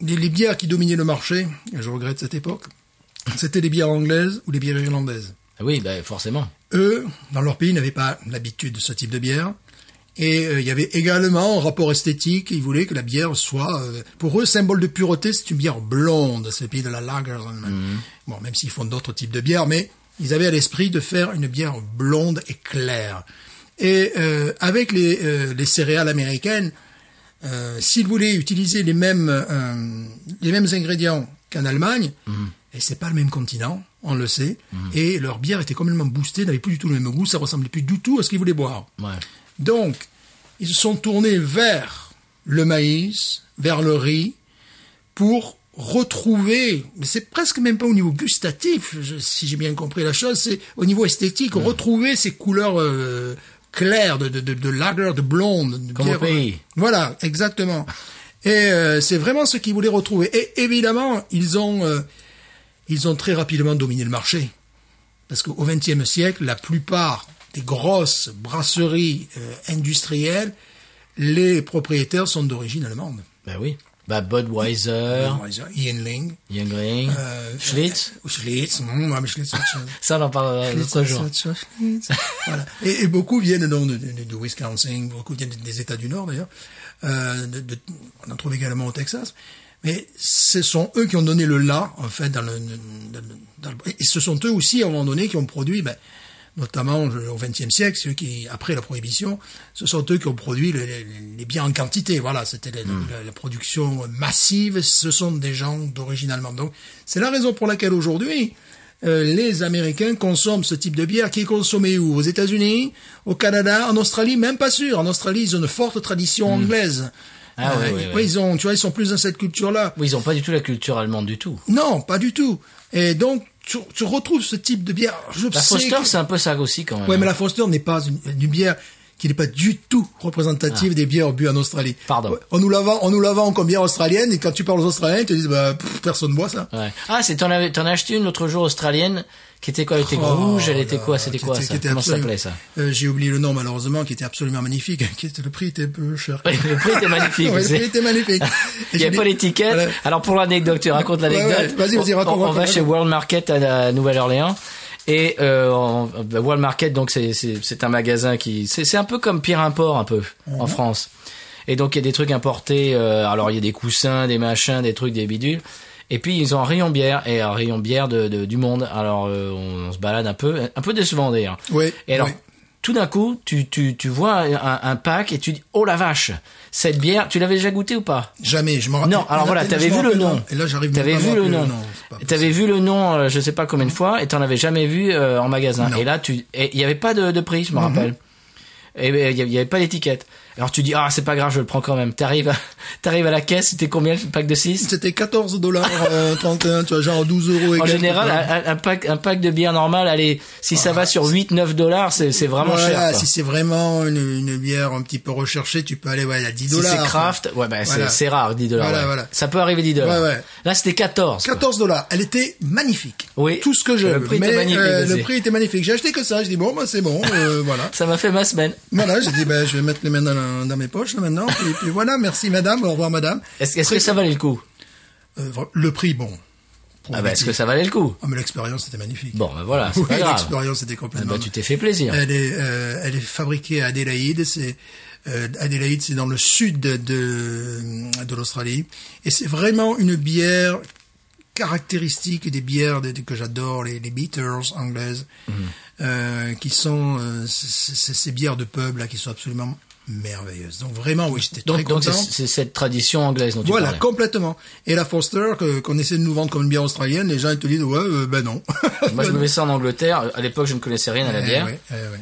[SPEAKER 2] les, les bières qui dominaient le marché, et je regrette cette époque, c'était les bières anglaises ou les bières irlandaises.
[SPEAKER 1] Oui, bah, forcément.
[SPEAKER 2] Eux, dans leur pays, n'avaient pas l'habitude de ce type de bière. Et euh, il y avait également un rapport esthétique. Ils voulaient que la bière soit, euh, pour eux, symbole de pureté. C'est une bière blonde, c'est le pays de la lager. Bon, même s'ils font d'autres types de bières, mais ils avaient à l'esprit de faire une bière blonde et claire. Et euh, avec les, euh, les céréales américaines, euh, s'ils voulaient utiliser les mêmes euh, les mêmes ingrédients qu'en Allemagne, et c'est pas le même continent, on le sait, et leur bière était complètement boostée, n'avait plus du tout le même goût, ça ressemblait plus du tout à ce qu'ils voulaient boire.
[SPEAKER 1] Ouais.
[SPEAKER 2] Donc, ils se sont tournés vers le maïs, vers le riz, pour retrouver, mais c'est presque même pas au niveau gustatif, je- si j'ai bien compris la chose, c'est au niveau esthétique, retrouver ces couleurs euh, claires de, de, de, de lager, de blonde. de euh,
[SPEAKER 1] Comme au pays.
[SPEAKER 2] Voilà, exactement. Et euh, c'est vraiment ce qu'ils voulaient retrouver. Et évidemment, ils ont, euh, ils ont très rapidement dominé le marché. Parce qu'au XXe siècle, la plupart des grosses brasseries euh, industrielles, les propriétaires sont d'origine allemande.
[SPEAKER 1] Bah oui. Bah Budweiser,
[SPEAKER 2] Yinling,
[SPEAKER 1] Youngling,
[SPEAKER 2] euh,
[SPEAKER 1] Hein Schlitz.
[SPEAKER 2] Schlitz, mm, ah, mais Schlitz, c'est autre chose.
[SPEAKER 1] Ça, on en parlera l'autre jour.
[SPEAKER 2] Voilà. Et, et beaucoup viennent donc du, du- du Wisconsin, beaucoup viennent des États du Nord d'ailleurs. Euh, de- de- on en trouve également au Texas. Mais ce sont eux qui ont donné le là, en fait, dans le, dans le- dans le- et ce sont eux aussi, à un moment donné, qui ont produit, ben, notamment je- au XXe siècle, ceux qui, après la Prohibition, ce sont eux qui ont produit le- les, les biens en quantité. Voilà, c'était la,
[SPEAKER 1] Hmm.
[SPEAKER 2] la- la production massive, ce sont des gens d'origine allemande. Donc, c'est la raison pour laquelle aujourd'hui, euh, les Américains consomment ce type de bière qui est consommée où Aux États-Unis, au Canada, en Australie, même pas sûr. En Australie, ils ont une forte tradition anglaise.
[SPEAKER 1] Hmm. Ah oui, oui,
[SPEAKER 2] ils-
[SPEAKER 1] oui.
[SPEAKER 2] Ils ont, tu vois, ils sont plus dans cette culture-là.
[SPEAKER 1] Oui, ils ont pas du tout la culture allemande du tout.
[SPEAKER 2] Non, pas du tout. Et donc, tu, tu retrouves ce type de bière. Je
[SPEAKER 1] La
[SPEAKER 2] sais
[SPEAKER 1] Foster,
[SPEAKER 2] que-
[SPEAKER 1] c'est un peu ça aussi quand même.
[SPEAKER 2] Ouais, mais la Foster n'est pas une, une bière qui n'est pas du tout représentative des bières bues en Australie.
[SPEAKER 1] Ah. Pardon.
[SPEAKER 2] Ouais, On nous la vend, on nous la vend comme bière australienne, et quand tu parles aux Australiens, ils te disent, bah, pff, personne boit ça.
[SPEAKER 1] Ouais. Ah, c'est t'en avais t'en as acheté une l'autre jour australienne qui était quoi Elle était rouge, elle était
[SPEAKER 2] Oh, là,
[SPEAKER 1] quoi C'était
[SPEAKER 2] qui
[SPEAKER 1] quoi
[SPEAKER 2] était- qui
[SPEAKER 1] ça
[SPEAKER 2] était
[SPEAKER 1] Comment ça
[SPEAKER 2] absolument-
[SPEAKER 1] s'appelait ça
[SPEAKER 2] Euh, J'ai oublié le nom malheureusement, qui était absolument magnifique. [LAUGHS] Qui était, le prix était peu cher.
[SPEAKER 1] Oui, Le prix
[SPEAKER 2] [LAUGHS]
[SPEAKER 1] était magnifique.
[SPEAKER 2] Ouais, le
[SPEAKER 1] vous savez.
[SPEAKER 2] prix était magnifique.
[SPEAKER 1] [LAUGHS] Il n'y
[SPEAKER 2] Et
[SPEAKER 1] avait
[SPEAKER 2] j'ai
[SPEAKER 1] pas
[SPEAKER 2] dit-
[SPEAKER 1] l'étiquette.
[SPEAKER 2] Voilà.
[SPEAKER 1] Alors pour l'anecdote, tu racontes
[SPEAKER 2] Ouais, ouais,
[SPEAKER 1] l'anecdote.
[SPEAKER 2] vas-y, vas-y,
[SPEAKER 1] On-
[SPEAKER 2] raconte,
[SPEAKER 1] on, on va
[SPEAKER 2] raconte,
[SPEAKER 1] chez
[SPEAKER 2] raconte.
[SPEAKER 1] World Market à la Nouvelle-Orléans. Et euh, on- bah, World Market, donc c'est- c'est c'est un magasin qui... C'est c'est un peu comme Pire Import, un peu, en
[SPEAKER 2] Mhm.
[SPEAKER 1] France. Et donc il y a des trucs importés. euh, alors il y a des coussins, des machins, des trucs, des bidules. Et puis ils ont un rayon bière, et un rayon bière de, de- du monde. Alors euh, on, on se balade un peu, un peu décevant d'ailleurs.
[SPEAKER 2] Ouais,
[SPEAKER 1] Et alors,
[SPEAKER 2] ouais.
[SPEAKER 1] tout d'un coup, tu, tu, tu vois un, un pack et tu dis, oh la vache, cette bière, tu l'avais déjà goûtée ou pas
[SPEAKER 2] Jamais, je m'en rappelle.
[SPEAKER 1] Non, alors voilà,
[SPEAKER 2] je m'en
[SPEAKER 1] t'avais vu le
[SPEAKER 2] rappelle, hein.
[SPEAKER 1] nom.
[SPEAKER 2] Et là, j'arrive même
[SPEAKER 1] T'avais
[SPEAKER 2] pas à me
[SPEAKER 1] vu le
[SPEAKER 2] rappeler
[SPEAKER 1] nom.
[SPEAKER 2] c'est pas
[SPEAKER 1] T'avais vu le nom, euh, je sais pas combien de fois, et t'en avais jamais vu euh, en magasin.
[SPEAKER 2] Non. Mhm.
[SPEAKER 1] Et là, tu, et il y avait pas de, de prix, je me rappelle. Et ben, il y avait- il y avait pas d'étiquette. Alors tu dis, ah, c'est pas grave, je le prends quand même. T'arrives, à, [LAUGHS] t'arrives à la caisse, c'était combien le pack de 6
[SPEAKER 2] C'était 14 dollars euh, 31, tu vois, genre 12 euros. et
[SPEAKER 1] En
[SPEAKER 2] quelques,
[SPEAKER 1] général,
[SPEAKER 2] quoi.
[SPEAKER 1] un, un pack, un pack de bière normale, allez, si
[SPEAKER 2] Ah,
[SPEAKER 1] ça va sur 8, 9 dollars, c'est, c'est vraiment
[SPEAKER 2] voilà,
[SPEAKER 1] cher. quoi.
[SPEAKER 2] si c'est vraiment une, une bière un petit peu recherchée, tu peux aller ouais, à 10
[SPEAKER 1] Si
[SPEAKER 2] dollars.
[SPEAKER 1] c'est craft, ouais, ben,
[SPEAKER 2] Voilà.
[SPEAKER 1] c'est, c'est rare, 10 dollars.
[SPEAKER 2] Voilà,
[SPEAKER 1] ouais.
[SPEAKER 2] voilà.
[SPEAKER 1] Ça peut arriver 10 dollars.
[SPEAKER 2] Ouais, ouais.
[SPEAKER 1] Là, c'était 14. quoi.
[SPEAKER 2] 14 dollars. Elle était magnifique.
[SPEAKER 1] Oui.
[SPEAKER 2] Tout ce que je
[SPEAKER 1] Le prix était magnifique,
[SPEAKER 2] le
[SPEAKER 1] vas-y.
[SPEAKER 2] prix était magnifique. J'ai acheté que ça. J'ai dit bon, bah, c'est bon.
[SPEAKER 1] [LAUGHS]
[SPEAKER 2] euh, voilà.
[SPEAKER 1] Ça m'a fait ma semaine.
[SPEAKER 2] Voilà. J'ai dit ben, je vais mettre les mains dans, dans mes poches là, maintenant. Et puis voilà. Merci madame. Au revoir madame.
[SPEAKER 1] Est-ce, est-ce que ça valait le coup?
[SPEAKER 2] Euh, le prix bon.
[SPEAKER 1] Ah ben, est-ce que ça valait le coup?
[SPEAKER 2] Ah, mais l'expérience était magnifique.
[SPEAKER 1] Bon, ben voilà, c'est
[SPEAKER 2] Oui,
[SPEAKER 1] pas grave.
[SPEAKER 2] l'expérience était
[SPEAKER 1] Ah
[SPEAKER 2] complètement.
[SPEAKER 1] ben, tu t'es fait plaisir.
[SPEAKER 2] Elle est, euh, elle est fabriquée à Adélaïde. C'est euh, Adélaïde, c'est dans le sud de de l'Australie, et c'est vraiment une bière caractéristique des bières de- de- que j'adore, les, les bitters anglaises,
[SPEAKER 1] Mhm.
[SPEAKER 2] euh, qui sont euh, c- c- c- ces bières de pub là qui sont absolument merveilleuses. Donc vraiment, oui, j'étais très
[SPEAKER 1] Donc, donc c'est,
[SPEAKER 2] content.
[SPEAKER 1] c'est cette tradition anglaise dont tu
[SPEAKER 2] Voilà,
[SPEAKER 1] parlais.
[SPEAKER 2] complètement. Et la Foster que- qu'on essaie de nous vendre comme une bière australienne, les gens ils te disent ouais, euh, ben non.
[SPEAKER 1] Moi, je me mets ça en Angleterre. À l'époque, je ne connaissais rien à la
[SPEAKER 2] [LAUGHS] Eh
[SPEAKER 1] bière.
[SPEAKER 2] ouais, eh ouais.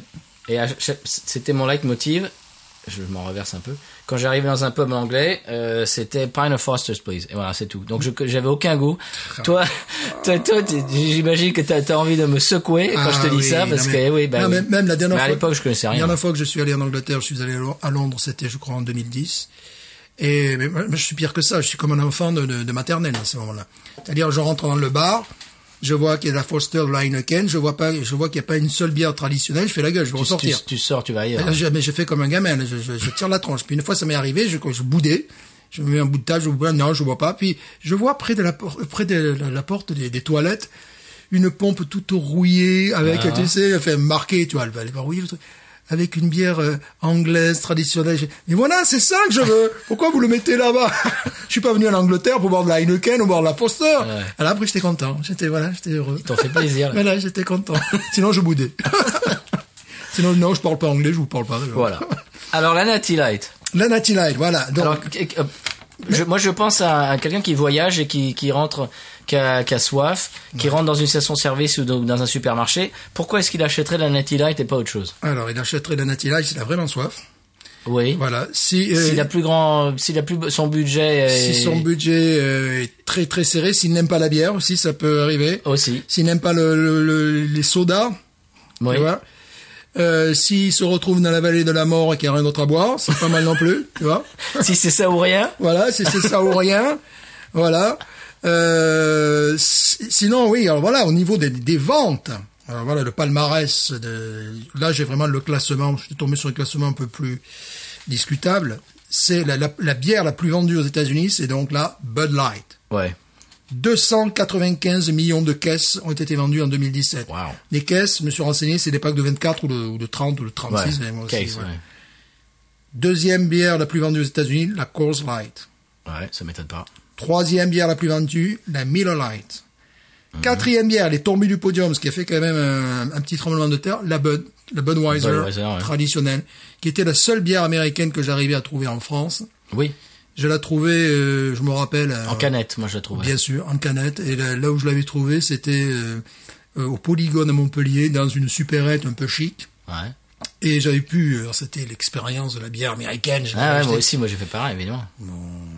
[SPEAKER 1] Et à chaque- c'était mon leitmotiv. je m'en reverse un peu. Quand j'arrivais dans un pub anglais, euh, c'était Pine of Foster's, please. Et voilà, c'est tout. Donc je- j'avais aucun goût. Toi, [LAUGHS] toi, toi, t'es- j'imagine que t'as as envie de me secouer quand je te
[SPEAKER 2] Ah
[SPEAKER 1] dis
[SPEAKER 2] oui,
[SPEAKER 1] ça,
[SPEAKER 2] non,
[SPEAKER 1] parce
[SPEAKER 2] mais-
[SPEAKER 1] que oui, bah,
[SPEAKER 2] non, mais
[SPEAKER 1] oui.
[SPEAKER 2] même la dernière
[SPEAKER 1] Mais à
[SPEAKER 2] fois-
[SPEAKER 1] l'époque, je connaissais
[SPEAKER 2] La
[SPEAKER 1] rien.
[SPEAKER 2] dernière fois que je suis allé en Angleterre, je suis allé à Lo- à Londres, c'était je crois en 2010. Et mais moi, je suis pire que ça, je suis comme un enfant de, de- de maternelle à ce moment-là. C'est-à-dire, je rentre dans le bar, je vois qu'il y a la Foster la Heineken, je vois pas, je vois qu'il n'y a pas une seule bière traditionnelle, je fais la gueule, je vais
[SPEAKER 1] Tu, tu,
[SPEAKER 2] ressortir.
[SPEAKER 1] tu sors, tu vas ailleurs.
[SPEAKER 2] Là, je- mais je fais comme un gamin, là, je, je- je tire la tronche. Puis une fois, ça m'est arrivé, je, je boudais. Je me mets un bout de table, je boudais, non, je vois pas. Puis je vois près de la, por- près de la, la porte des, des toilettes une pompe toute rouillée avec,
[SPEAKER 1] Ah.
[SPEAKER 2] tu sais, enfin, marquée, tu vois, elle va elle va rouiller le truc. Avec une bière euh, anglaise traditionnelle. J'ai- Mais voilà, c'est ça que je veux. Pourquoi vous le mettez là-bas [LAUGHS] Je suis pas venu en Angleterre pour boire de la Heineken ou boire de la Foster. Alors après, j'étais content. J'étais voilà, j'étais heureux.
[SPEAKER 1] T'en fais plaisir.
[SPEAKER 2] [LAUGHS]
[SPEAKER 1] là.
[SPEAKER 2] Voilà,
[SPEAKER 1] [LAUGHS]
[SPEAKER 2] j'étais content. Sinon, je boudais. Sinon, non, je parle pas anglais, je vous parle pas.
[SPEAKER 1] voilà. Alors la Natty Light.
[SPEAKER 2] La Natty Light, voilà. Donc,
[SPEAKER 1] Alors, qu- qu- euh, je- moi, je pense à, à quelqu'un qui voyage et qui, qui rentre, qui a, qui a soif, qui rentre dans une station-service ou dans, dans un supermarché. Pourquoi est-ce qu'il achèterait la Natty Light et pas autre chose
[SPEAKER 2] alors, il achèterait la Natty Light s'il a vraiment soif.
[SPEAKER 1] Oui.
[SPEAKER 2] Voilà. Si, euh,
[SPEAKER 1] S'il a plus grand, s'il a plus son budget. est-
[SPEAKER 2] si son budget euh, est très très serré, s'il n'aime pas la bière aussi, ça peut arriver.
[SPEAKER 1] aussi.
[SPEAKER 2] S'il n'aime pas le, le- le- les sodas,
[SPEAKER 1] Oui.
[SPEAKER 2] tu vois. Euh, s'il se retrouve dans la vallée de la mort et qu'il n'y a rien d'autre à boire, c'est pas mal non plus,
[SPEAKER 1] [LAUGHS]
[SPEAKER 2] tu vois.
[SPEAKER 1] si c'est ça ou rien.
[SPEAKER 2] Voilà, si c'est ça ou rien. Voilà. Euh, si- sinon, oui, alors voilà, au niveau des, des ventes, alors voilà, le palmarès, de, là j'ai vraiment le classement, je suis tombé sur un classement un peu plus discutable. C'est la, la- la bière la plus vendue aux États-Unis, c'est donc la Bud Light.
[SPEAKER 1] Ouais.
[SPEAKER 2] 295 millions de caisses ont été vendues en 2017.
[SPEAKER 1] Wow.
[SPEAKER 2] Les caisses, je me suis renseigné, c'est des packs de 24 ou de, ou de 30 ou de
[SPEAKER 1] Ouais.
[SPEAKER 2] 36. mais moi aussi,
[SPEAKER 1] Case,
[SPEAKER 2] ouais.
[SPEAKER 1] ouais.
[SPEAKER 2] Deuxième bière la plus vendue aux États-Unis, la Coors Light.
[SPEAKER 1] Ouais, ça m'étonne pas.
[SPEAKER 2] Troisième bière la plus vendue, la Miller Lite.
[SPEAKER 1] Mhm.
[SPEAKER 2] Quatrième bière, les tombées du podium, ce qui a fait quand même un, un petit tremblement de terre, la Bud, la Budweiser,
[SPEAKER 1] Budweiser, ouais.
[SPEAKER 2] traditionnelle, qui était la seule bière américaine que j'arrivais à trouver en France.
[SPEAKER 1] Oui.
[SPEAKER 2] Je la trouvais, euh, je me rappelle, euh,
[SPEAKER 1] En canette, moi je la trouve.
[SPEAKER 2] bien sûr, en canette. Et là, là où je l'avais trouvée, c'était euh, euh, au Polygone à Montpellier, dans une supérette un peu chic.
[SPEAKER 1] Ouais.
[SPEAKER 2] Et j'avais pu, euh, alors c'était l'expérience de la bière américaine. j'avais
[SPEAKER 1] Ah ouais,
[SPEAKER 2] acheté-
[SPEAKER 1] moi aussi, moi j'ai fait pareil, évidemment.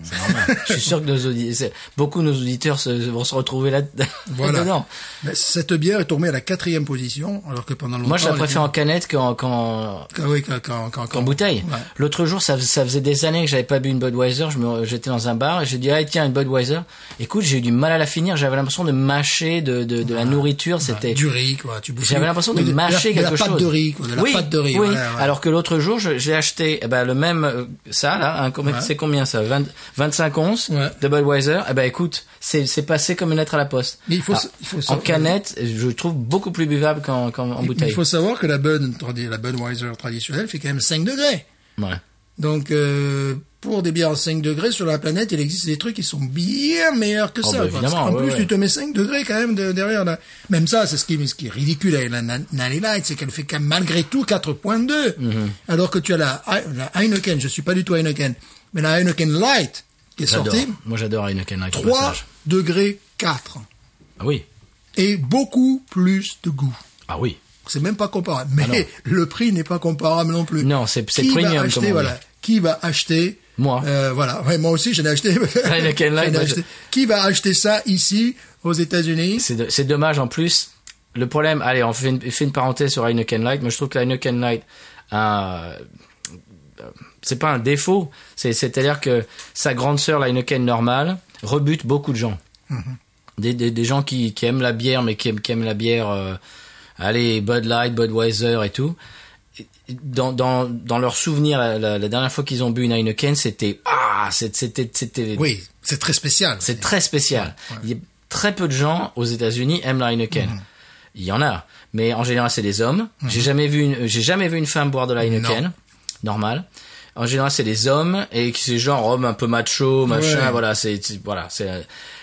[SPEAKER 1] C'est normal. Je suis sûr que nos audi- c'est- beaucoup de nos auditeurs se, vont se retrouver là- [LAUGHS]
[SPEAKER 2] Voilà.
[SPEAKER 1] là-dedans.
[SPEAKER 2] Mais cette bière est tombée à la quatrième position, alors que pendant longtemps.
[SPEAKER 1] Moi, je la
[SPEAKER 2] elle était-
[SPEAKER 1] préfère en canette qu'en qu'en
[SPEAKER 2] Ah oui, quand, quand, quand,
[SPEAKER 1] qu'en bouteille.
[SPEAKER 2] Ouais.
[SPEAKER 1] L'autre jour, ça, fais- ça faisait des années que j'avais pas bu une Budweiser. Je me- J'étais dans un bar et j'ai dit ah tiens une Budweiser. Écoute, j'ai eu du mal à la finir. J'avais l'impression de mâcher de de, de la nourriture. C'était
[SPEAKER 2] Du riz, quoi. Tu bouffes
[SPEAKER 1] J'avais
[SPEAKER 2] du-
[SPEAKER 1] l'impression de
[SPEAKER 2] oui,
[SPEAKER 1] mâcher
[SPEAKER 2] de la-
[SPEAKER 1] quelque
[SPEAKER 2] de la
[SPEAKER 1] chose.
[SPEAKER 2] pâte de riz, quoi. De la
[SPEAKER 1] oui,
[SPEAKER 2] pâte de riz.
[SPEAKER 1] oui.
[SPEAKER 2] voilà, ouais.
[SPEAKER 1] Alors que l'autre jour, je- j'ai acheté eh ben, le même, euh, ça là, hein, combien-
[SPEAKER 2] Ouais.
[SPEAKER 1] c'est combien ça 20 25 onces
[SPEAKER 2] Ouais.
[SPEAKER 1] de Budweiser. Eh ben écoute, c'est c'est passé comme une lettre à la poste.
[SPEAKER 2] Mais il faut
[SPEAKER 1] Ah,
[SPEAKER 2] sa- il faut
[SPEAKER 1] en
[SPEAKER 2] savoir-
[SPEAKER 1] canette, je trouve beaucoup plus buvable qu'en qu'en- en
[SPEAKER 2] Il-
[SPEAKER 1] bouteille.
[SPEAKER 2] Il faut savoir que la Bud, tradi- la Budweiser traditionnelle fait quand même 5 degrés.
[SPEAKER 1] Ouais.
[SPEAKER 2] Donc, euh, pour des bières à 5 degrés sur la planète, il existe des trucs qui sont bien meilleurs que
[SPEAKER 1] Oh,
[SPEAKER 2] ça.
[SPEAKER 1] bah,
[SPEAKER 2] quoi.
[SPEAKER 1] évidemment,
[SPEAKER 2] en
[SPEAKER 1] ouais,
[SPEAKER 2] plus,
[SPEAKER 1] ouais.
[SPEAKER 2] tu te mets 5 degrés quand même de- derrière. Là. Même ça, c'est ce qui, ce qui est ridicule avec la Na- Nally Light, c'est qu'elle fait quand même malgré tout 4.2.
[SPEAKER 1] Mm-hmm.
[SPEAKER 2] Alors que tu as la, la Heineken, je suis pas du tout Heineken, mais la Heineken Light qui est
[SPEAKER 1] J'adore.
[SPEAKER 2] sortie,
[SPEAKER 1] Moi, j'adore Heineken Light. au
[SPEAKER 2] 3
[SPEAKER 1] passage.
[SPEAKER 2] degrés 4.
[SPEAKER 1] Ah oui.
[SPEAKER 2] Et beaucoup plus de goût.
[SPEAKER 1] Ah oui.
[SPEAKER 2] C'est même pas comparable. Mais le prix n'est pas comparable non plus.
[SPEAKER 1] Ah Non, c'est- c'est
[SPEAKER 2] Qui va
[SPEAKER 1] premium,
[SPEAKER 2] acheter,
[SPEAKER 1] comme on
[SPEAKER 2] voilà.
[SPEAKER 1] dit.
[SPEAKER 2] Qui va acheter
[SPEAKER 1] Moi.
[SPEAKER 2] Euh, voilà. Ouais, moi aussi, j'en
[SPEAKER 1] [LAUGHS]
[SPEAKER 2] ai acheté.
[SPEAKER 1] Heineken Light,
[SPEAKER 2] J'en ai
[SPEAKER 1] moi,
[SPEAKER 2] acheté. Qui va acheter ça ici, aux États-Unis
[SPEAKER 1] C'est de- c'est dommage en plus. Le problème, allez, on fait une, fait une parenthèse sur Heineken Light. Moi, je trouve que la Heineken Light, a- euh, c'est pas un défaut. C'est- C'est-à-dire que sa grande sœur, la Heineken normale, rebute beaucoup de gens. Des, des, des gens qui, qui aiment la bière, mais qui aiment, qui aiment la bière, euh, allez, Bud Light, Budweiser et tout. Dans, dans, dans leur souvenir, la, la- la dernière fois qu'ils ont bu une Heineken, c'était ah, c'est- c'était c'était
[SPEAKER 2] Oui, c'est très spécial.
[SPEAKER 1] c'est très spécial. Il y a très peu de gens aux États-Unis aiment la Heineken.
[SPEAKER 2] Mhm.
[SPEAKER 1] Il y en a, mais en général c'est des hommes. J'ai jamais vu une, j'ai jamais vu une femme boire de la Heineken. Normal. En général c'est des hommes et qui c'est genre homme un peu macho, machin.
[SPEAKER 2] Ouais.
[SPEAKER 1] Voilà, c'est c'est- voilà, c'est euh.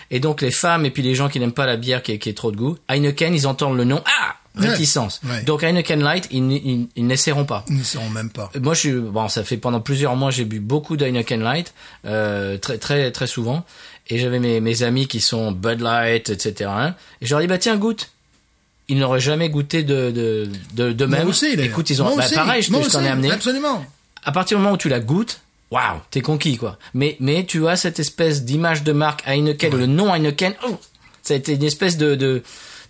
[SPEAKER 1] et donc les femmes et puis les gens qui n'aiment pas la bière qui, est- qui est trop de goût. Heineken, ils entendent le nom ah
[SPEAKER 2] Ouais.
[SPEAKER 1] réticence.
[SPEAKER 2] Ouais.
[SPEAKER 1] Donc Heineken Light, ils, n- ils, ils n'essaieront pas.
[SPEAKER 2] Ils ne seront même pas.
[SPEAKER 1] Moi, je suis bon. Ça fait pendant plusieurs mois, j'ai bu beaucoup d'Heineken Light, euh, très très très souvent. Et j'avais mes, mes amis qui sont Bud Light, etc. hein. Et je leur dis bah tiens goûte. Ils n'auraient jamais goûté de de de, de
[SPEAKER 2] Moi
[SPEAKER 1] même.
[SPEAKER 2] aussi, d'ailleurs.
[SPEAKER 1] Écoute, ils ont
[SPEAKER 2] Moi
[SPEAKER 1] bah,
[SPEAKER 2] aussi.
[SPEAKER 1] pareil. Je,
[SPEAKER 2] Moi
[SPEAKER 1] je t'en ai
[SPEAKER 2] aussi,
[SPEAKER 1] amené.
[SPEAKER 2] Absolument.
[SPEAKER 1] à partir du moment où tu la goûtes, waouh, t'es conquis, quoi. Mais, mais tu as cette espèce d'image de marque Heineken, ou le nom Heineken, oh, ça a été une espèce de, de,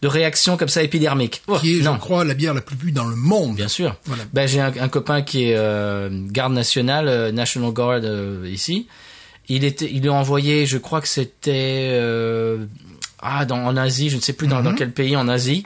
[SPEAKER 1] de réaction comme ça épidermique. Oh,
[SPEAKER 2] qui est,
[SPEAKER 1] non.
[SPEAKER 2] je crois, la bière la plus bue dans le monde.
[SPEAKER 1] Bien sûr.
[SPEAKER 2] Voilà.
[SPEAKER 1] Ben, j'ai un, un copain qui est euh, garde national, euh, National Guard euh, ici. Il était, il lui a envoyé, je crois que c'était euh, ah dans en Asie, je ne sais plus dans, dans
[SPEAKER 2] Mhm.
[SPEAKER 1] quel pays en Asie.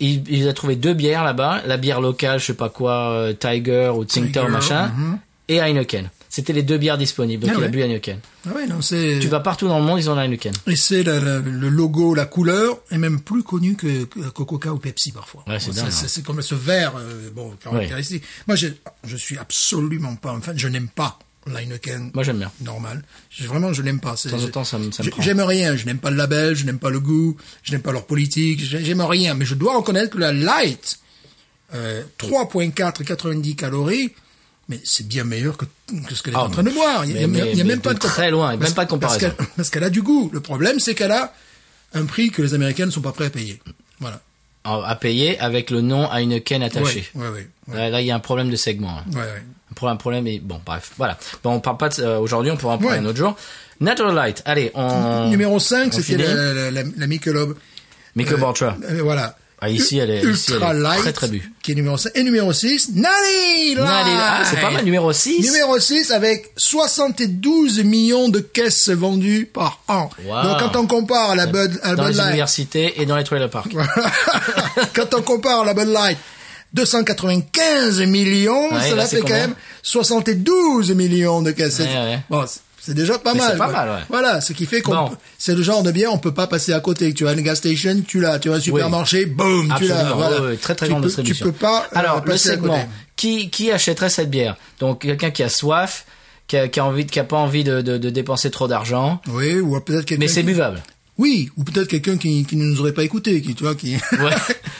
[SPEAKER 1] Il, il a trouvé deux bières là-bas, la bière locale, je sais pas quoi, euh, Tiger ou Tsingtao
[SPEAKER 2] Tiger,
[SPEAKER 1] machin,
[SPEAKER 2] mhm.
[SPEAKER 1] et Heineken. C'était les deux bières disponibles. Donc
[SPEAKER 2] Ah
[SPEAKER 1] il a
[SPEAKER 2] ouais.
[SPEAKER 1] bu Heineken.
[SPEAKER 2] Ah ouais, non, c'est.
[SPEAKER 1] Tu vas partout dans le monde, ils ont la Heineken.
[SPEAKER 2] Et c'est la- la- le logo, la couleur, est même plus connu que, que Coca ou Pepsi parfois.
[SPEAKER 1] Ouais, c'est
[SPEAKER 2] Bon,
[SPEAKER 1] dingue,
[SPEAKER 2] ça,
[SPEAKER 1] hein.
[SPEAKER 2] c'est comme ce vert, euh, bon, caractéristique. Moi, je, je suis absolument pas un fan. Je n'aime pas l'Heineken.
[SPEAKER 1] Moi j'aime bien.
[SPEAKER 2] normal. Je- vraiment, je l'aime pas. C'est-
[SPEAKER 1] De temps en
[SPEAKER 2] je-
[SPEAKER 1] temps, ça me- ça me
[SPEAKER 2] je-
[SPEAKER 1] prend.
[SPEAKER 2] J'aime rien. Je n'aime pas le label, je n'aime pas le goût, je n'aime pas leur politique, je- j'aime rien. Mais je dois reconnaître que la light, euh, 3.4, 90 calories, mais c'est bien meilleur que, que ce qu'elle est
[SPEAKER 1] Ah,
[SPEAKER 2] en train de boire. Il y a,
[SPEAKER 1] mais-
[SPEAKER 2] il y a-
[SPEAKER 1] mais-
[SPEAKER 2] il y a
[SPEAKER 1] mais
[SPEAKER 2] même
[SPEAKER 1] de
[SPEAKER 2] pas de compa-
[SPEAKER 1] très loin, même
[SPEAKER 2] parce-
[SPEAKER 1] pas de
[SPEAKER 2] parce
[SPEAKER 1] comparaison.
[SPEAKER 2] qu'elle- Parce qu'elle a du goût. Le problème, c'est qu'elle a un prix que les Américains ne sont pas prêts à payer. Voilà.
[SPEAKER 1] En- À payer avec le nom Heineken attaché.
[SPEAKER 2] Ouais, ouais, ouais. ouais,
[SPEAKER 1] Là, là, il y a un problème de segment. hein.
[SPEAKER 2] ouais.
[SPEAKER 1] Un problème, un problème et bon, bref, voilà. Bon, on parle pas de- euh, aujourd'hui, on pourra en parler
[SPEAKER 2] Ouais.
[SPEAKER 1] un autre jour. Natural Light, allez, on.
[SPEAKER 2] Numéro 5,
[SPEAKER 1] on
[SPEAKER 2] c'était
[SPEAKER 1] finit.
[SPEAKER 2] la, la, la, la Michelob.
[SPEAKER 1] Michael Bartra.
[SPEAKER 2] Euh, voilà.
[SPEAKER 1] Ah, ici, elle est- ici,
[SPEAKER 2] Ultra
[SPEAKER 1] elle est
[SPEAKER 2] light.
[SPEAKER 1] très, très bu.
[SPEAKER 2] Qui est numéro 5. Et numéro 6, Nani Light.
[SPEAKER 1] Nani- ah, c'est pas mal, numéro 6.
[SPEAKER 2] Numéro 6 avec 72 millions de caisses vendues par an.
[SPEAKER 1] Wow.
[SPEAKER 2] Donc, quand on compare à la Bud, à la
[SPEAKER 1] dans
[SPEAKER 2] Bud
[SPEAKER 1] les
[SPEAKER 2] Light.
[SPEAKER 1] universités et dans les trailer parks.
[SPEAKER 2] Voilà. [LAUGHS] quand on compare à la Bud Light, 295 millions,
[SPEAKER 1] Ouais, là,
[SPEAKER 2] cela
[SPEAKER 1] c'est
[SPEAKER 2] fait quand
[SPEAKER 1] combien
[SPEAKER 2] même 72 millions de caisses.
[SPEAKER 1] Ouais, ouais.
[SPEAKER 2] Bon, c'est- c'est déjà pas
[SPEAKER 1] Mais
[SPEAKER 2] mal.
[SPEAKER 1] c'est pas
[SPEAKER 2] quoi.
[SPEAKER 1] mal, ouais.
[SPEAKER 2] Voilà, ce qui fait qu'on,
[SPEAKER 1] Bon.
[SPEAKER 2] peut- c'est le genre de bière, on peut pas passer à côté. Tu as une gas station, tu l'as. Tu as un supermarché, boum, tu l'as.
[SPEAKER 1] Absolument,
[SPEAKER 2] Voilà.
[SPEAKER 1] ouais, ouais, très très
[SPEAKER 2] tu
[SPEAKER 1] grande
[SPEAKER 2] peux,
[SPEAKER 1] distribution.
[SPEAKER 2] Tu peux pas. euh,
[SPEAKER 1] Alors le
[SPEAKER 2] passer à côté.
[SPEAKER 1] segment, qui qui achèterait cette bière Donc quelqu'un qui a soif, qui a, qui a envie, de- qui a pas envie de, de, de dépenser trop d'argent,
[SPEAKER 2] Oui, ou peut-être quelqu'un.
[SPEAKER 1] mais c'est
[SPEAKER 2] qui-
[SPEAKER 1] buvable.
[SPEAKER 2] Oui, ou peut-être quelqu'un qui, qui ne nous aurait pas écouté, qui, tu vois, qui. [LAUGHS]
[SPEAKER 1] Ouais.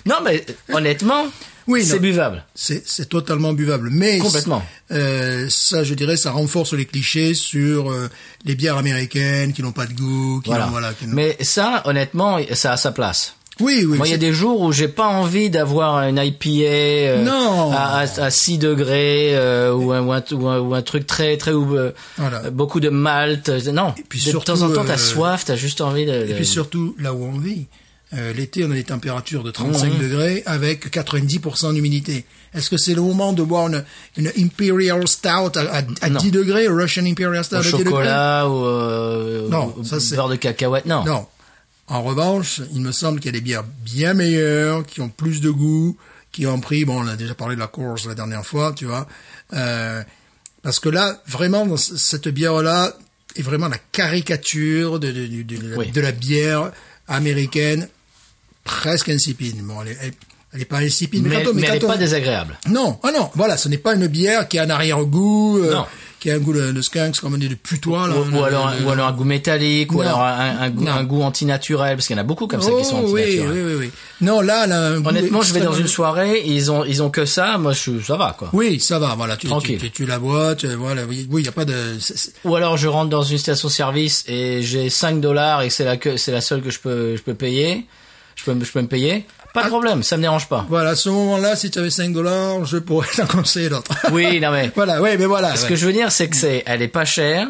[SPEAKER 1] non, mais euh, honnêtement,
[SPEAKER 2] Oui,
[SPEAKER 1] c'est
[SPEAKER 2] non.
[SPEAKER 1] buvable.
[SPEAKER 2] C'est, c'est totalement buvable. Mais
[SPEAKER 1] Complètement.
[SPEAKER 2] euh, ça, je dirais, ça renforce les clichés sur euh, les bières américaines qui n'ont pas de goût, qui
[SPEAKER 1] Voilà.
[SPEAKER 2] n'ont- voilà. qui n'ont-
[SPEAKER 1] Mais ça, honnêtement, ça a sa place.
[SPEAKER 2] oui, oui.
[SPEAKER 1] Moi, il y a
[SPEAKER 2] c'est-
[SPEAKER 1] des jours où j'ai pas envie d'avoir une IPA euh,
[SPEAKER 2] Non.
[SPEAKER 1] à, à, à 6 degrés euh, ou, un, ou, un, ou un- ou un truc très très ou euh,
[SPEAKER 2] Voilà.
[SPEAKER 1] euh, beaucoup de malt. euh, Non.
[SPEAKER 2] puis
[SPEAKER 1] de
[SPEAKER 2] surtout,
[SPEAKER 1] temps en temps, t'as
[SPEAKER 2] euh,
[SPEAKER 1] soif, t'as juste envie de.
[SPEAKER 2] Et
[SPEAKER 1] de-
[SPEAKER 2] puis surtout, là où on vit, euh, l'été, on a des températures de 35
[SPEAKER 1] Mhm.
[SPEAKER 2] degrés avec 90% d'humidité. Est-ce que c'est le moment de boire une, une Imperial Stout à, à- à
[SPEAKER 1] Non.
[SPEAKER 2] 10 degrés, Russian Imperial Stout
[SPEAKER 1] au
[SPEAKER 2] à 10 degrés
[SPEAKER 1] chocolat ou, euh,
[SPEAKER 2] Non,
[SPEAKER 1] ou-
[SPEAKER 2] ça,
[SPEAKER 1] ou
[SPEAKER 2] c'est-
[SPEAKER 1] beurre de cacahuète. Non.
[SPEAKER 2] Non. En revanche, il me semble qu'il y a des bières bien meilleures, qui ont plus de goût, qui ont pris, bon, on a déjà parlé de la course la dernière fois, tu vois. Euh, parce que là, vraiment, dans c- cette bière-là est vraiment la caricature de, de, de- de la-
[SPEAKER 1] Oui.
[SPEAKER 2] de la bière américaine, presque insipide. Bon, elle est, elle- elle est pas insipide,
[SPEAKER 1] mais,
[SPEAKER 2] mais, quand on,
[SPEAKER 1] mais elle
[SPEAKER 2] quand
[SPEAKER 1] est
[SPEAKER 2] on-
[SPEAKER 1] pas désagréable.
[SPEAKER 2] non, ah non, voilà, ce n'est pas une bière qui a un arrière-goût, euh,
[SPEAKER 1] Non.
[SPEAKER 2] qui a un goût de, de skunks, comme on dit, de putois. là,
[SPEAKER 1] ou, ou
[SPEAKER 2] de-
[SPEAKER 1] alors,
[SPEAKER 2] de-
[SPEAKER 1] ou alors un goût métallique, ou
[SPEAKER 2] Non.
[SPEAKER 1] alors un, un goût,
[SPEAKER 2] Non.
[SPEAKER 1] un goût antinaturel, parce qu'il y en a beaucoup comme ça qui sont
[SPEAKER 2] Oh, oui,
[SPEAKER 1] antinaturels.
[SPEAKER 2] oui, oui, oui. Non, là, là un goût
[SPEAKER 1] Honnêtement, je vais dans
[SPEAKER 2] extrêmement-
[SPEAKER 1] une soirée, ils ont ils ont que ça. Moi, je suis- ça va quoi.
[SPEAKER 2] Oui, ça va, voilà, tu, tu-
[SPEAKER 1] Tranquille.
[SPEAKER 2] tu, tu la vois, tu, voilà, oui, oui, il y a pas de... c'est- c'est-
[SPEAKER 1] Ou alors je rentre dans une station-service et j'ai 5 dollars et c'est la que c'est la seule que je peux je peux payer. Je peux me- je peux me payer. Pas de
[SPEAKER 2] Ah.
[SPEAKER 1] problème, ça me dérange pas.
[SPEAKER 2] Voilà, à ce moment-là, si tu avais 5 dollars, je pourrais [LAUGHS] t'en conseiller d'autres.
[SPEAKER 1] Oui, non
[SPEAKER 2] [LAUGHS]
[SPEAKER 1] mais
[SPEAKER 2] voilà, oui, mais voilà.
[SPEAKER 1] ce
[SPEAKER 2] Ah ouais.
[SPEAKER 1] que je veux dire c'est que c'est elle est pas chère.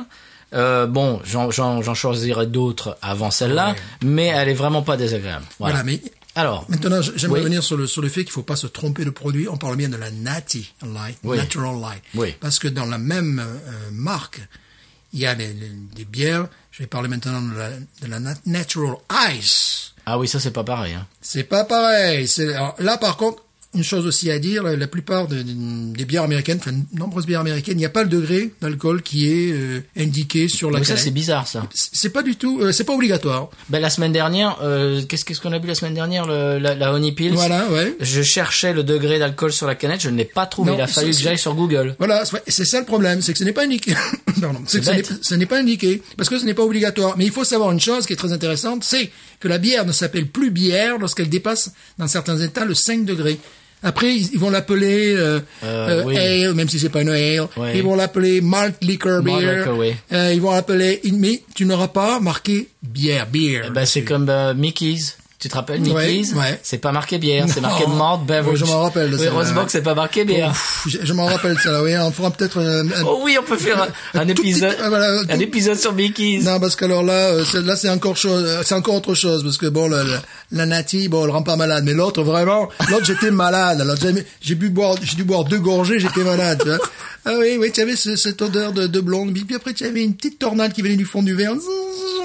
[SPEAKER 1] Euh, bon, j'en j'en j'en choisirai d'autres avant celle-là, mais elle est vraiment pas désagréable. Voilà.
[SPEAKER 2] Voilà, mais
[SPEAKER 1] Alors,
[SPEAKER 2] maintenant, j- j'aimerais
[SPEAKER 1] Oui.
[SPEAKER 2] revenir sur le, sur le fait qu'il faut pas se tromper de produit. On parle bien de la Natty Light,
[SPEAKER 1] Oui.
[SPEAKER 2] Natural Light.
[SPEAKER 1] Oui.
[SPEAKER 2] Parce que dans la même euh, marque, il y a les- les- des bières, je vais parler maintenant de la, de la Nat- Natural Ice.
[SPEAKER 1] ah oui, ça c'est pas pareil. hein.
[SPEAKER 2] C'est pas pareil. C'est- alors, là, par contre, une chose aussi à dire, la, la plupart de- de- des bières américaines, enfin, de nombreuses bières américaines, il n'y a pas le degré d'alcool qui est euh, indiqué sur la
[SPEAKER 1] Oui, ça
[SPEAKER 2] canette.
[SPEAKER 1] c'est bizarre ça.
[SPEAKER 2] C'est- C'est pas du tout, euh, c'est pas obligatoire.
[SPEAKER 1] Ben la semaine dernière, euh, qu'est-ce qu'est-ce qu'on a bu la semaine dernière, le, la, la Honey Pills.
[SPEAKER 2] Voilà, ouais.
[SPEAKER 1] Je cherchais le degré d'alcool sur la canette, je ne l'ai pas trouvé.
[SPEAKER 2] Non,
[SPEAKER 1] Il a
[SPEAKER 2] ça,
[SPEAKER 1] fallu que
[SPEAKER 2] c'est-
[SPEAKER 1] j'aille sur Google.
[SPEAKER 2] Voilà, c'est- c'est ça le problème, c'est que ce n'est
[SPEAKER 1] [LAUGHS]
[SPEAKER 2] pas indiqué. Pardon, c'est que ce
[SPEAKER 1] C'est bête.
[SPEAKER 2] n'est- ce n'est pas indiqué parce que ce n'est pas obligatoire. Mais il faut savoir une chose qui est très intéressante, c'est que la bière ne s'appelle plus bière lorsqu'elle dépasse dans certains états le 5 degrés. Après, ils ils vont l'appeler euh,
[SPEAKER 1] Euh,
[SPEAKER 2] euh,
[SPEAKER 1] oui.
[SPEAKER 2] ale, même si c'est pas une ale.
[SPEAKER 1] Ouais.
[SPEAKER 2] Ils vont l'appeler malt liquor beer.
[SPEAKER 1] Malt liquor, oui.
[SPEAKER 2] Euh, ils vont l'appeler, mais tu n'auras pas marqué bière, beer.
[SPEAKER 1] Eh ben, c'est comme ben, euh, Mickey's. Tu te rappelles,
[SPEAKER 2] Ouais,
[SPEAKER 1] Mickey's
[SPEAKER 2] ouais.
[SPEAKER 1] C'est pas marqué bière, c'est marqué
[SPEAKER 2] Non.
[SPEAKER 1] malt beverage.
[SPEAKER 2] Oui, je m'en rappelle de
[SPEAKER 1] Oui,
[SPEAKER 2] celle-là,
[SPEAKER 1] Rosebox,
[SPEAKER 2] ouais.
[SPEAKER 1] c'est pas marqué bière.
[SPEAKER 2] Ouf, Je, je m'en rappelle ça là, oui, on fera peut-être un, un-
[SPEAKER 1] Oh oui, on peut faire
[SPEAKER 2] [LAUGHS]
[SPEAKER 1] un, un
[SPEAKER 2] tout petit-
[SPEAKER 1] épisode,
[SPEAKER 2] ah, voilà,
[SPEAKER 1] un
[SPEAKER 2] tout-
[SPEAKER 1] épisode sur Mickey's.
[SPEAKER 2] Non, parce qu'alors là, euh, celle-là, c'est encore chose, euh, c'est encore autre chose, parce que bon, la, la, la Nati, bon, elle rend pas malade, mais l'autre, vraiment, l'autre, j'étais malade, alors j'ai, j'ai bu boire, j'ai dû boire deux gorgées, j'étais malade, tu vois. Ah oui, oui, tu avais ce- cette odeur de, de blonde, puis après, tu avais une petite tornade qui venait du fond du verre, zzzz,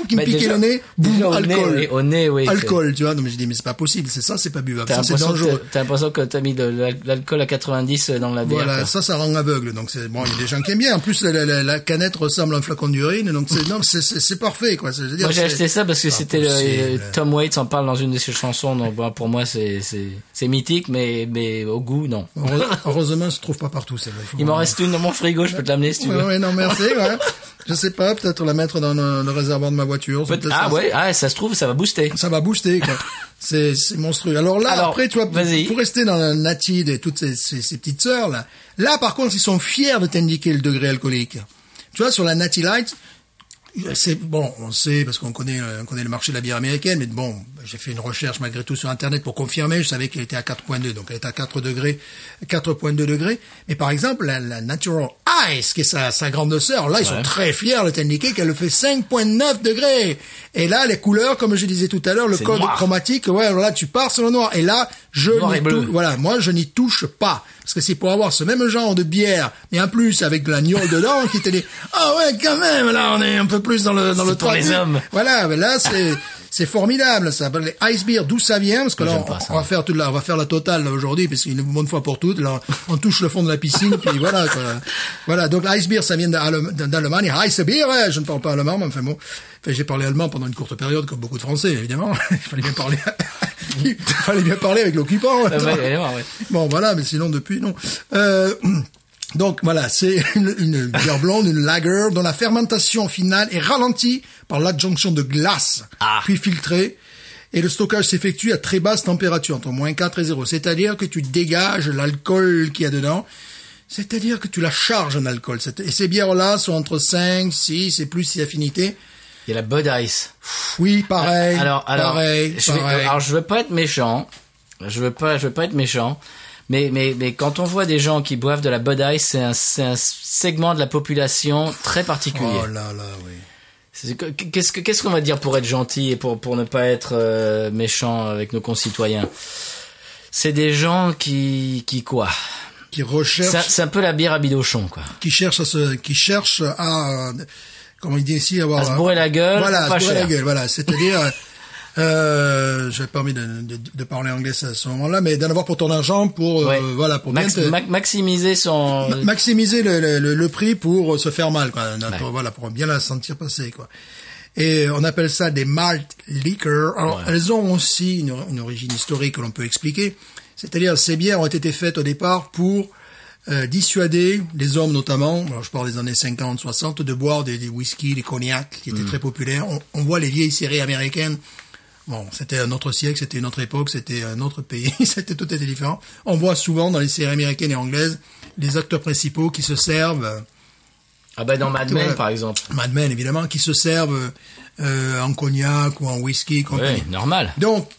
[SPEAKER 2] qui me
[SPEAKER 1] Mais
[SPEAKER 2] piquait
[SPEAKER 1] Bah, déjà-
[SPEAKER 2] le nez, boum,
[SPEAKER 1] déjà au nez,
[SPEAKER 2] alcool.
[SPEAKER 1] oui, au nez, oui,
[SPEAKER 2] Alcool, tu vois, non, mais j'ai dit, mais c'est pas possible, c'est ça, c'est pas buvable,
[SPEAKER 1] T'as
[SPEAKER 2] ça, c'est
[SPEAKER 1] l'impression que
[SPEAKER 2] dangereux.
[SPEAKER 1] t'as- t'as l'impression que t'as mis de l'al- l'alcool à 90 dans la bière.
[SPEAKER 2] Voilà,
[SPEAKER 1] quoi.
[SPEAKER 2] ça, ça rend aveugle. Donc c'est bon, il y a des gens qui aiment bien. En plus, la, la- la- la canette ressemble à un flacon d'urine, donc c'est non, c'est- c'est c'est parfait quoi. C'est- je veux dire,
[SPEAKER 1] Moi j'ai
[SPEAKER 2] c'est-
[SPEAKER 1] acheté ça parce que
[SPEAKER 2] pas
[SPEAKER 1] c'était le- euh,
[SPEAKER 2] possible.
[SPEAKER 1] Tom Waits en parle dans une de ses chansons donc bah, pour moi c'est c'est c'est mythique mais mais au goût non.
[SPEAKER 2] Heureux- Heureusement, ça se trouve pas partout. celle-là. faut
[SPEAKER 1] Il m'en
[SPEAKER 2] vraiment-
[SPEAKER 1] reste une dans mon frigo je peux te l'amener si tu
[SPEAKER 2] Ouais,
[SPEAKER 1] veux.
[SPEAKER 2] ouais, non, merci. Ouais. Je sais pas, peut-être la mettre dans le, le réservoir de ma voiture.
[SPEAKER 1] Peut-
[SPEAKER 2] Peut-être
[SPEAKER 1] ah
[SPEAKER 2] ça,
[SPEAKER 1] ouais ah ça se trouve ça va booster.
[SPEAKER 2] [LAUGHS] Ça va booster quoi. C'est c'est monstrueux. Alors là,
[SPEAKER 1] Alors,
[SPEAKER 2] après, tu vois, pour,
[SPEAKER 1] vas-y.
[SPEAKER 2] pour rester dans la Natide et toutes ces, ces- ces petites sœurs là. Là, par contre, ils sont fiers de t'indiquer le degré alcoolique. Tu vois, sur la Natty Light, c'est bon, on sait parce qu'on connaît, euh, on connaît le marché de la bière américaine, mais bon, j'ai fait une recherche malgré tout sur internet pour confirmer. Je savais qu'elle était à 4.2, donc elle est à 4 degrés, 4.2 degrés. Mais par exemple, la, la Natural Ice, qui est sa, sa grande sœur, là ils sont très fiers de t'indiquer qu'elle fait 5.9 degrés. Et là, les couleurs, comme je disais tout à l'heure, le
[SPEAKER 1] C'est
[SPEAKER 2] code
[SPEAKER 1] noir.
[SPEAKER 2] chromatique, ouais, alors là tu pars sur le noir. Et là, je
[SPEAKER 1] Noir
[SPEAKER 2] n'y
[SPEAKER 1] et bleu.
[SPEAKER 2] tou- voilà, moi je n'y touche pas. Parce que c'est pour avoir ce même genre de bière, mais en plus avec de la gnôle dedans, qui te dit, ah ouais, quand même, là on est un peu plus dans le, dans le
[SPEAKER 1] C'est pour
[SPEAKER 2] traduit.
[SPEAKER 1] les hommes.
[SPEAKER 2] Voilà, mais là c'est, c'est formidable, ça s'appelle les ice beer, d'où ça vient, parce que là
[SPEAKER 1] J'aime
[SPEAKER 2] on,
[SPEAKER 1] pas ça.
[SPEAKER 2] on va faire toute la, on va faire la totale là, aujourd'hui, parce qu'une bonne fois pour toutes, là on touche le fond de la piscine, puis voilà, quoi. Voilà, donc l'ice beer ça vient d'Allem- d'Allemagne, ice beer, ouais, je ne parle pas allemand, mais enfin bon, enfin, j'ai parlé allemand pendant une courte période, comme beaucoup de français évidemment, [LAUGHS] il fallait bien parler, il fallait bien parler avec l'occupant.
[SPEAKER 1] Ah, ouais, allez voir, ouais.
[SPEAKER 2] Bon, voilà, mais sinon, depuis, non. Euh, [CLEARS THROAT] donc, voilà, c'est [LAUGHS] une, une bière blonde, une lager, dont la fermentation finale est ralentie par l'adjonction de glace,
[SPEAKER 1] Ah.
[SPEAKER 2] puis filtrée. Et le stockage s'effectue à très basse température, entre moins 4 et 0. C'est-à-dire que tu dégages l'alcool qu'il y a dedans. C'est-à-dire que tu la charges en alcool. C'est- Et ces bières-là sont entre 5, 6 et plus si affinité.
[SPEAKER 1] Il y a la Bud Ice.
[SPEAKER 2] Oui, pareil.
[SPEAKER 1] alors alors
[SPEAKER 2] pareil,
[SPEAKER 1] je
[SPEAKER 2] pareil.
[SPEAKER 1] Vais, alors je veux pas être méchant. Je veux pas je veux pas être méchant. Mais, mais, mais quand on voit des gens qui boivent de la Bud Ice, c'est un, c'est un segment de la population très particulier.
[SPEAKER 2] oh là là, oui.
[SPEAKER 1] C'est- Qu'est-ce que- qu'est-ce qu'on va dire pour être gentil et pour, pour ne pas être euh, méchant avec nos concitoyens C'est des gens qui, qui quoi
[SPEAKER 2] Qui
[SPEAKER 1] C'est un-
[SPEAKER 2] recherche
[SPEAKER 1] c'est un peu la bière à bidochon, quoi.
[SPEAKER 2] qui cherche à se, qui cherche à, euh, comment il dit ici, avoir
[SPEAKER 1] À se
[SPEAKER 2] un-
[SPEAKER 1] bourrer la gueule,
[SPEAKER 2] voilà, à
[SPEAKER 1] pas
[SPEAKER 2] se bourrer
[SPEAKER 1] cher.
[SPEAKER 2] la gueule, voilà, c'est-à-dire, euh, j'avais pas envie de, de, de parler anglais à ce moment-là, mais d'en avoir pour ton argent, pour, euh,
[SPEAKER 1] Ouais.
[SPEAKER 2] voilà, pour
[SPEAKER 1] Max-
[SPEAKER 2] bien te-
[SPEAKER 1] ma- maximiser son.
[SPEAKER 2] ma- maximiser le, le, le- le prix pour se faire mal, quoi, pour,
[SPEAKER 1] Ouais.
[SPEAKER 2] voilà, pour bien la sentir passer, quoi. Et on appelle ça des malt liquor. Alors,
[SPEAKER 1] Ouais.
[SPEAKER 2] elles ont aussi une, une origine historique que l'on peut expliquer. C'est-à-dire, ces bières ont été faites au départ pour euh, dissuader les hommes notamment, alors je parle des années 50, 60, de boire des, des whisky, des cognacs qui étaient
[SPEAKER 1] Hmm.
[SPEAKER 2] très populaires. On, on voit les vieilles séries américaines. Bon, c'était un autre siècle, c'était une autre époque, c'était un autre pays, [LAUGHS] c'était tout était différent. On voit souvent dans les séries américaines et anglaises les acteurs principaux qui se servent euh,
[SPEAKER 1] Ah bah dans Mad Men,
[SPEAKER 2] Ouais.
[SPEAKER 1] par exemple.
[SPEAKER 2] Mad Men évidemment, qui se servent euh, euh, en cognac ou en whisky, compagnie.
[SPEAKER 1] Ouais, normal.
[SPEAKER 2] Donc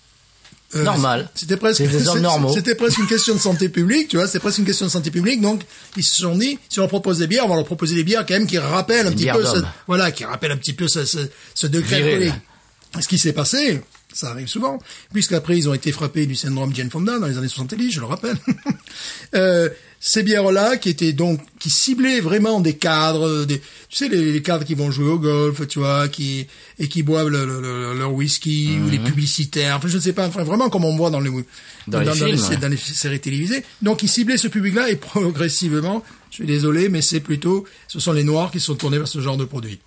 [SPEAKER 2] euh,
[SPEAKER 1] Normal.
[SPEAKER 2] C'était presque
[SPEAKER 1] C'est des hommes
[SPEAKER 2] c'est-
[SPEAKER 1] normaux.
[SPEAKER 2] C'était presque une question de santé publique, tu vois. C'était presque une question de santé publique. Donc ils se sont dit, si on leur propose des bières, on va leur proposer des bières quand même qui rappellent un
[SPEAKER 1] Des
[SPEAKER 2] petit
[SPEAKER 1] bières
[SPEAKER 2] peu, ce,
[SPEAKER 1] d'hommes.
[SPEAKER 2] voilà, qui rappellent un petit peu ce, ce, ce degré
[SPEAKER 1] Viril.
[SPEAKER 2] alcoolique. Ce qui s'est passé, ça arrive souvent, puisqu'après ils ont été frappés du syndrome Jane Fonda dans les années 70, je le rappelle. [LAUGHS] Euh, ces bières-là, qui étaient donc, qui ciblaient vraiment des cadres, des, tu sais, les, les cadres qui vont jouer au golf, tu vois, qui et qui boivent le- le- le- leur whisky ou les publicitaires, enfin je ne sais pas, enfin vraiment comme on voit dans les
[SPEAKER 1] Dans les films, ouais.
[SPEAKER 2] dans les séries télévisées. Donc ils ciblaient ce public-là et progressivement, je suis désolé, mais c'est plutôt, ce sont les noirs qui sont tournés vers ce genre de produit.